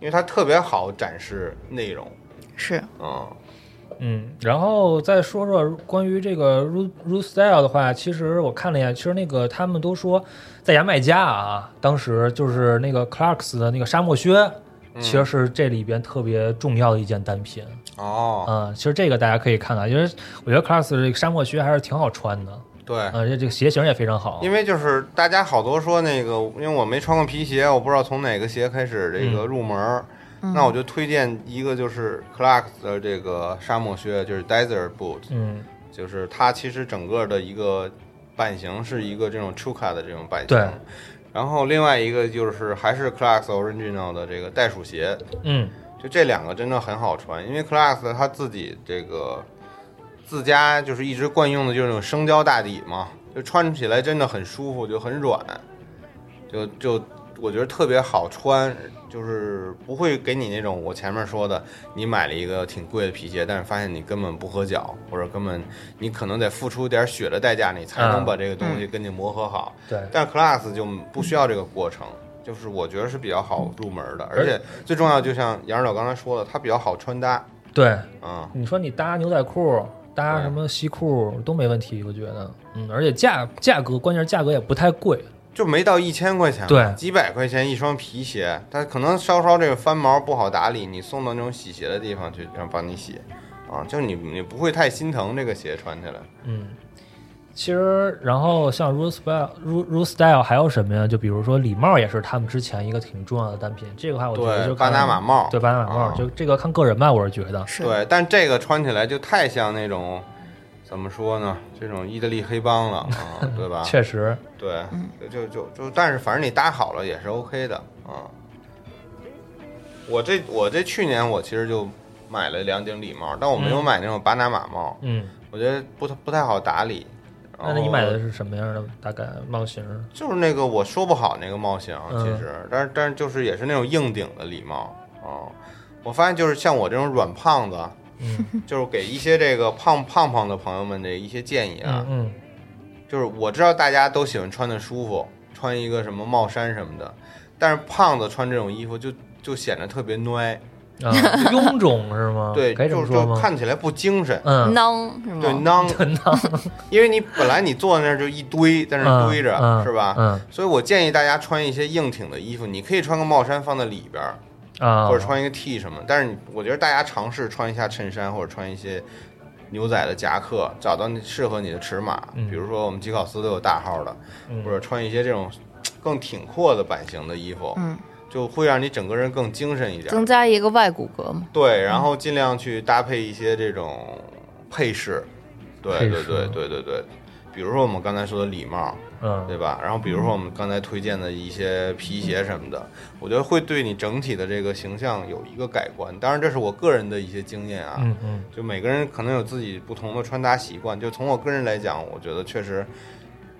S8: 因为它特别好展示内容。
S9: 是
S8: 嗯。
S7: 嗯，然后再说说关于这个 Ru Ru Style 的话，其实我看了一下，其实那个他们都说在牙买加啊，当时就是那个 Clarks 的那个沙漠靴。
S8: 嗯
S7: 其实是这里边特别重要的一件单品，
S8: 哦，
S7: 嗯，其实这个大家可以看看，因为我觉得 Clarks 这个沙漠靴还是挺好穿的，
S8: 对，
S7: 而且这个鞋型也非常好，
S8: 因为就是大家好多说那个，因为我没穿过皮鞋，我不知道从哪个鞋开始这个入门儿。那我就推荐一个就是 Clarks 的这个沙漠靴，就是 Desert Boot，
S7: 嗯，
S8: 就是它其实整个的一个版型是一个这种 Chuka 的这种版型。
S7: 对。
S8: 然后另外一个就是还是 Clarks Original 的这个袋鼠鞋，
S7: 嗯，
S8: 就这两个真的很好穿，因为 Class 它自己这个自家就是一直惯用的就是那种生胶大底嘛，就穿起来真的很舒服，就很软。就就我觉得特别好穿，就是不会给你那种我前面说的，你买了一个挺贵的皮鞋，但是发现你根本不合脚，或者根本你可能得付出点血的代价，你才能
S7: 嗯
S8: 把这个东西跟你磨合好。
S7: 对，
S8: 但 Class 就不需要这个过程，就是我觉得是比较好入门的，而且最重要，就像杨指导刚才说的，它比较好穿搭，
S7: 对，
S8: 嗯，
S7: 你说你搭牛仔裤、搭
S8: 对
S7: 什么西裤都没问题，我觉得，嗯，而且价价格，关键是价格也不太贵，
S8: 就没到一千块钱，
S7: 对
S8: 几百块钱一双皮鞋，它可能稍稍这个翻毛不好打理，你送到那种洗鞋的地方去，让帮你洗，啊，就你你不会太心疼这个鞋穿起来，
S7: 嗯。其实，然后像 Rue Style、Rue Rue Style 还有什么呀？就比如说礼帽也是他们之前一个挺重要的单品。这个话我觉得
S8: 对，
S7: 就
S8: 巴
S7: 看
S8: 拿马帽，
S7: 对巴拿马帽，
S8: 啊
S7: 就这个看个人吧，我是觉得。
S9: 是
S8: 对，但这个穿起来就太像那种。怎么说呢？这种意大利黑帮了啊，对吧？
S7: 确实，
S8: 对，
S7: 嗯
S8: 就就就就，但是反正你搭好了也是 OK 的啊。我这我这去年我其实就买了两顶礼帽，但我没有
S7: 嗯
S8: 买那种巴拿马帽，
S7: 嗯。
S8: 我觉得不太不太好打理。
S7: 那
S8: 然
S7: 你
S8: 后
S7: 买的是什么样的？大概帽型？
S8: 就是那个我说不好那个帽型，
S7: 嗯
S8: 其实，但是但是就是也是那种硬顶的礼帽啊。我发现就是像我这种软胖子，
S7: 嗯
S8: 就是给一些这个胖胖胖的朋友们的一些建议啊，
S7: 嗯嗯，
S8: 就是我知道大家都喜欢穿的舒服，穿一个什么帽衫什么的，但是胖子穿这种衣服就就显得特别蔫，
S7: 啊， 臃肿是吗？
S8: 对，
S7: 可以这
S8: 就
S7: 么
S8: 是
S7: 说
S8: 就
S7: 吗？
S8: 看起来不精神，
S7: 嗯，
S9: 囊是吗？
S8: 对囊，
S7: 很囊
S8: 因为你本来你坐在那儿 就一堆在那儿堆着，
S7: 嗯嗯
S8: 是吧？
S7: 嗯
S8: 所以我建议大家穿一些硬挺的衣服，你可以穿个帽衫放在里边儿，
S7: 啊，
S8: 或者穿一个 T 什么，但是你我觉得大家尝试穿一下衬衫或者穿一些牛仔的夹克，找到你适合你的尺码，
S7: 嗯
S8: 比如说我们吉考斯都有大号的，
S7: 嗯
S8: 或者穿一些这种更挺阔的版型的衣服，
S9: 嗯，
S8: 就会让你整个人更精神一点。
S9: 增加一个外骨骼嘛。
S8: 对，然后尽量去搭配一些这种配饰，对
S7: 配
S8: 对
S7: 饰
S8: 对对对对，比如说我们刚才说的礼帽，对
S7: 嗯，
S8: 吧？然后比如说我们刚才推荐的一些皮鞋什么的，我觉得会对你整体的这个形象有一个改观。当然，这是我个人的一些经验啊，
S7: 嗯嗯
S8: 就每个人可能有自己不同的穿搭习惯。就从我个人来讲，我觉得确实，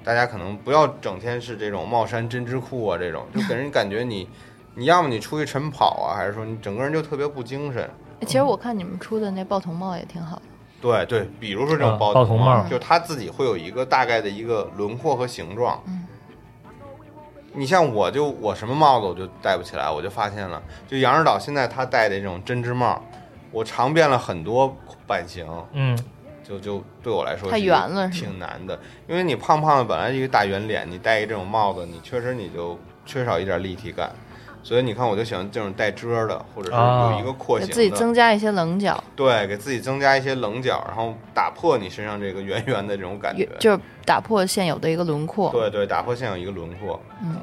S8: 大家可能不要整天是这种帽衫、针织裤啊这种，就给人感觉你，你要么你出去晨跑啊，还是说你整个人就特别不精神。
S9: 哎其实我看你们出的那报童帽也挺好的，
S8: 对对，比如说这种
S7: 啊
S8: 包
S7: 报
S8: 头
S7: 童帽
S8: 就它自己会有一个大概的一个轮廓和形状。
S9: 嗯
S8: 你像我就我什么帽子我就戴不起来，我就发现了，就杨指导现在他戴的这种针织帽，我尝遍了很多版型，
S7: 嗯，
S8: 就就对我来说
S9: 太
S8: 是
S9: 圆了是吗
S8: 挺难的，因为你胖胖的本来一个大圆脸，你戴一这种帽子，你确实你就缺少一点立体感。所以你看，我就喜欢这种带遮的，或者是
S7: 啊
S8: 有一个廓
S9: 给
S8: 形的，
S9: 自己增加一些棱角，
S8: 对，给自己增加一些棱角，然后打破你身上这个圆圆的这种感觉
S9: 也。就是打破现有的一个轮廓。
S8: 对对，打破现有一个轮廓。
S9: 嗯，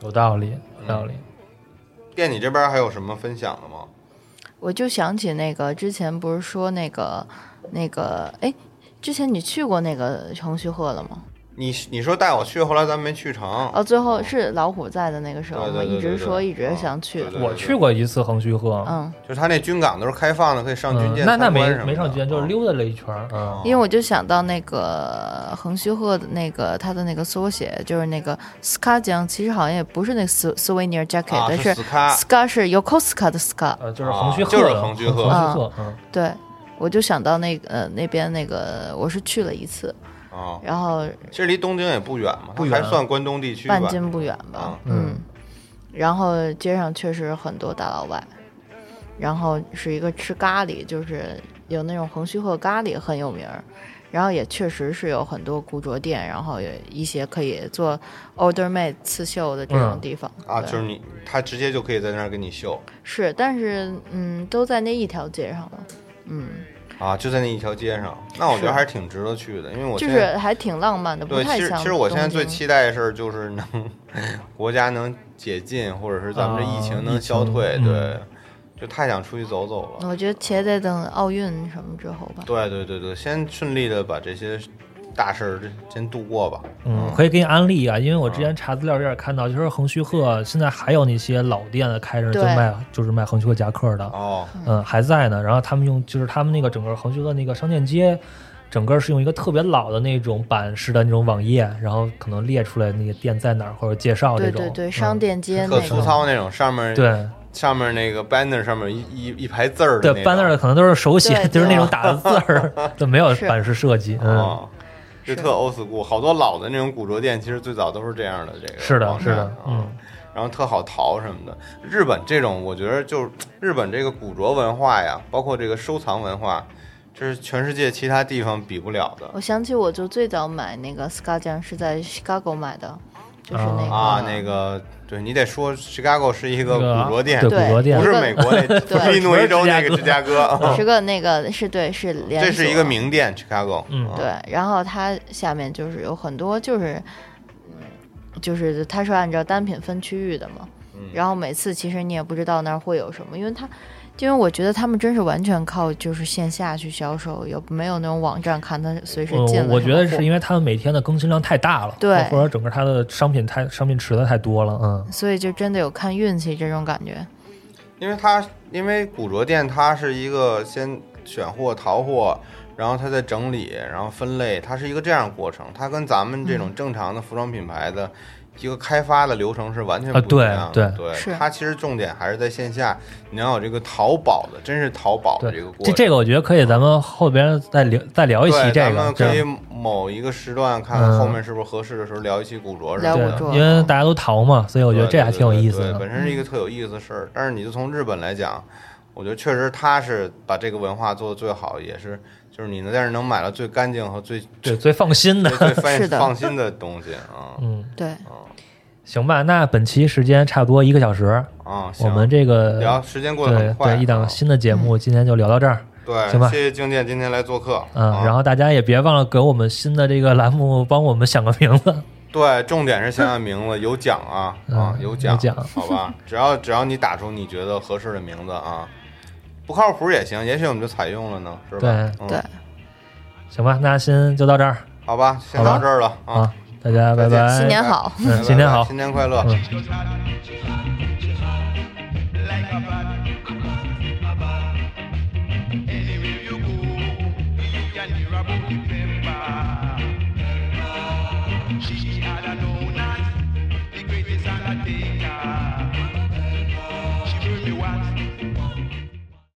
S7: 有道理，有道理。
S8: 店你这边还有什么分享的吗？
S9: 我就想起那个之前不是说那个那个哎，之前你去过那个横须贺了吗？
S8: 你你说带我去，后来咱们没去成。
S9: 哦，最后是老虎在的那个时候
S8: 对
S9: 吗？
S8: 对对
S9: 一
S8: 对对
S9: 直说一直
S8: 嗯
S9: 想去
S8: 对，对哦
S7: 我去过一次横须贺，
S9: 嗯，
S8: 就是他那军港都是开放的，可以上军
S7: 嗯，
S8: 舰
S7: 那
S8: 参
S7: 那
S8: 观什
S7: 没
S8: 么的、啊
S7: 没上
S8: 军
S7: 军，就是。溜达了一圈儿，嗯
S8: 哦
S9: 因为我就想到那个横须贺的那个它的那个缩写，就是那个 ska 江，其实好像也不是那个 s s o u v e n i r
S8: 啊
S9: jacket，但
S8: 是
S9: 是
S8: ska
S9: ska 是 yokosuka 的 ska，
S7: 呃，就是横须贺，
S8: 啊就是横须贺
S7: 横须贺，嗯，
S9: 对。我就想到那个、呃、那边那个，我是去了一次，
S8: 啊、
S9: 然后
S8: 其实离东京也不远嘛，
S7: 不远啊
S8: 还算关东地区吧
S9: 半。斤不远吧
S8: 啊，
S7: 嗯
S9: 嗯，然后街上确实很多大老外，然后是一个吃咖喱，就是有那种横须贺咖喱很有名儿，然后也确实是有很多古着店，然后有一些可以做 older maid 刺绣的这种
S7: 嗯
S9: 地方
S8: 啊，
S9: 对
S8: 就是你，他直接就可以在那儿给你绣
S9: 是，但是嗯，都在那一条街上了，嗯，
S8: 啊，就在那一条街上。那我觉得
S9: 是
S8: 还是挺值得去的，因为我
S9: 就
S8: 现在
S9: 是还挺浪漫的，不
S8: 对，
S9: 太
S8: 其实
S9: 像
S8: 其实我现在
S9: 东
S8: 最
S9: 京
S8: 期待的事儿就是能 国家能解禁，或者是咱们这疫情能消退，
S7: 啊疫情
S8: 对
S7: 嗯，
S8: 就太想出去走走了。
S9: 我觉得且得等奥运什么之后吧，
S8: 对对对对，先顺利的把这些大事儿先度过吧。
S7: 嗯，可以给你安利啊，因为我之前查资料有点看到，就是横须贺现在还有那些老店的开着，就
S9: 对
S7: 卖就是卖横须贺夹克的，嗯
S8: 哦，
S7: 嗯，还在呢。然后他们用就是他们那个整个横须贺那个商店街，整个是用一个特别老的那种版式的那种网页，然后可能列出来那个店在哪儿或者介绍这
S9: 对
S7: 种。
S9: 对对，
S7: 嗯
S9: 商、店街
S8: 特
S9: 那
S8: 粗
S9: 个，
S8: 糙那种，上面
S7: 对
S8: 上面那个 banner 上面一一一排字儿的
S7: 对 banner 的可能都是手写，
S9: 对
S7: 就是那
S9: 对
S7: 种打的字儿， 就没有
S9: 是
S7: 版式设计。
S8: 啊，
S7: 嗯，
S8: 哦就是特 old school，好多老的那种古着店，其实最早都是这样的。这个
S7: 是的，
S8: 网
S7: 是
S8: 站
S7: 的，
S8: 啊
S7: 嗯，
S8: 然后特好淘什么的。日本这种，我觉得就是日本这个古着文化呀，包括这个收藏文化，这是全世界其他地方比不了的
S9: 我想起我就最早买那个 Ska 酱是在 Chicago 买的，就是
S7: 哦
S9: 那个
S8: 啊。那个，对你得说 Chicago 是一
S7: 那
S8: 个
S7: 个
S8: 古着店
S7: 对，
S9: 对
S7: 古着店
S8: 不是美国 那，不是
S9: 对
S8: 伊诺伊州那个
S7: 不是
S8: 芝加哥， 啊
S9: 是个那个是对是连
S8: 这是一
S9: 锁
S8: 个名店，Chicago。
S7: 嗯
S8: 啊，
S9: 对，然后它下面就是有很多就是，嗯，就是它是按照单品分区域的嘛，
S8: 嗯
S9: 然后每次其实你也不知道那儿会有什么，因为它。因为我觉得他们真是完全靠就是线下去销售，有没有那种网站看它随时
S7: 我
S9: 进了什么货。
S7: 嗯哦我觉得是因为他们每天的更新量太大了，
S9: 对
S7: 或者整个它的商品太商品池子太多了，嗯，
S9: 所以就真的有看运气这种感觉。
S8: 因为它因为古着店它是一个先选货淘货，然后它再整理，然后分类，它是一个这样的过程。它跟咱们
S7: 嗯
S8: 这种正常的服装品牌的一个开发的流程是完全
S7: 啊
S8: 不一样
S7: 对
S8: 的。对
S9: 是
S8: 它其实重点还是在线下，你要有这个淘宝的，真是淘宝的
S7: 对
S8: 这个过
S7: 这
S8: 程。
S7: 这个我觉得可以，咱们后边再聊再聊一期
S8: 对，
S7: 这
S8: 咱
S7: 个
S8: 们，可以
S7: 对
S8: 某一个时段看
S7: 嗯
S8: 看后面是不是合适的时候聊一期古着什
S9: 聊
S8: 么
S9: 古
S8: 的。
S9: 着
S7: 对，因为大家都淘嘛，所以我觉得这还挺有意思
S8: 对对对对
S7: 的。
S8: 本身是一个特有意思的事儿，但是你就从日本来讲，我觉得确实他是把这个文化做的最好，也是就是你能在这儿能买到最干净和最
S7: 对，最放心的
S8: 最。最放
S9: 是的
S8: 放心的东西啊
S7: 嗯，
S9: 对，
S7: 行吧，那本期时间差不多一个小时，
S8: 啊！
S7: 我
S8: 行
S7: 们这
S8: 聊
S7: 个
S8: 时间过得
S7: 对
S8: 很快，
S7: 对一档
S8: 啊
S7: 新的节
S9: 嗯
S7: 目，今天就聊到这儿。
S8: 对，
S7: 行吧
S8: 谢谢静健今天来做客，
S7: 嗯，
S8: 啊
S7: 然后大家也别忘了给我们新的这个栏目帮我们想个名字。
S8: 对，重点是想想名字，有奖啊啊
S7: 嗯，
S8: 奖
S7: 有奖
S8: 好吧？只要只要你打出你觉得合适的名字啊，不靠谱也行，也许我们就采用了呢，是吧？
S7: 对
S8: 嗯
S9: 对
S7: 行吧，那先就到这儿
S8: 好吧，先
S7: 好吧
S8: 到这儿了啊。
S7: 啊，大家拜
S8: 再见
S7: 拜，
S9: 新年好。
S7: 嗯，新年好
S8: 新。年快乐。
S7: 嗯
S5: 「